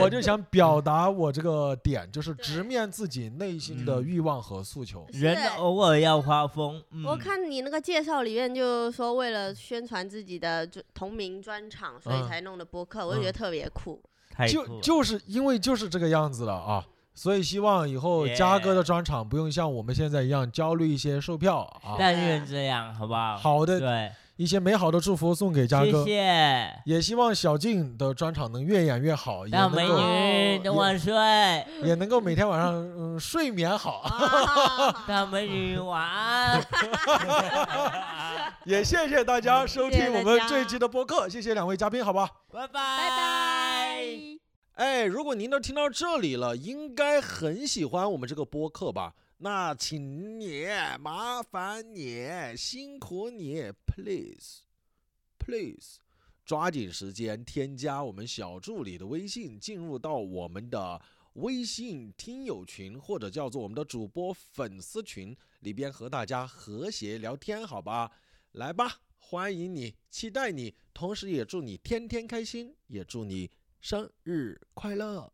我就想表达我这个点，就是直
对嗯
面自己内心的
嗯
欲望和诉求。
人偶尔要发疯。嗯、
我看你那个介绍里面就说，为了宣传自己的专同名专场，所以
嗯
才弄的播客，我就觉得特别酷。
太酷
就
了
就是因为就是这个样子了啊，所以希望以后嘉哥的
Yeah
专场不用像我们现在一样焦虑一些售票啊。
但
哎
愿这样，好不好？，
好的，
对，
一些美好的祝福送给嘉
谢
哥，
谢。
也希望小静的专场能越演越好，也
大
能
美
够
女的万 岁，
也能够每天晚上嗯睡眠好。
啊
大美女晚安。
也谢谢大家收
嗯谢
听
谢大
我们
家
这一期的播客，谢谢两位嘉宾，好吧？
拜拜
拜拜。
哎，如果您都听到这里了，应该很喜欢我们这个播客吧？那请你麻烦你辛苦你，please please，抓紧时间添加我们小助理的微信，进入到我们的微信听友群，或者叫做我们的主播粉丝群里边和大家和谐聊天，好吧？来吧，欢迎你，期待你，同时也祝你天天开心，也祝你生日快乐。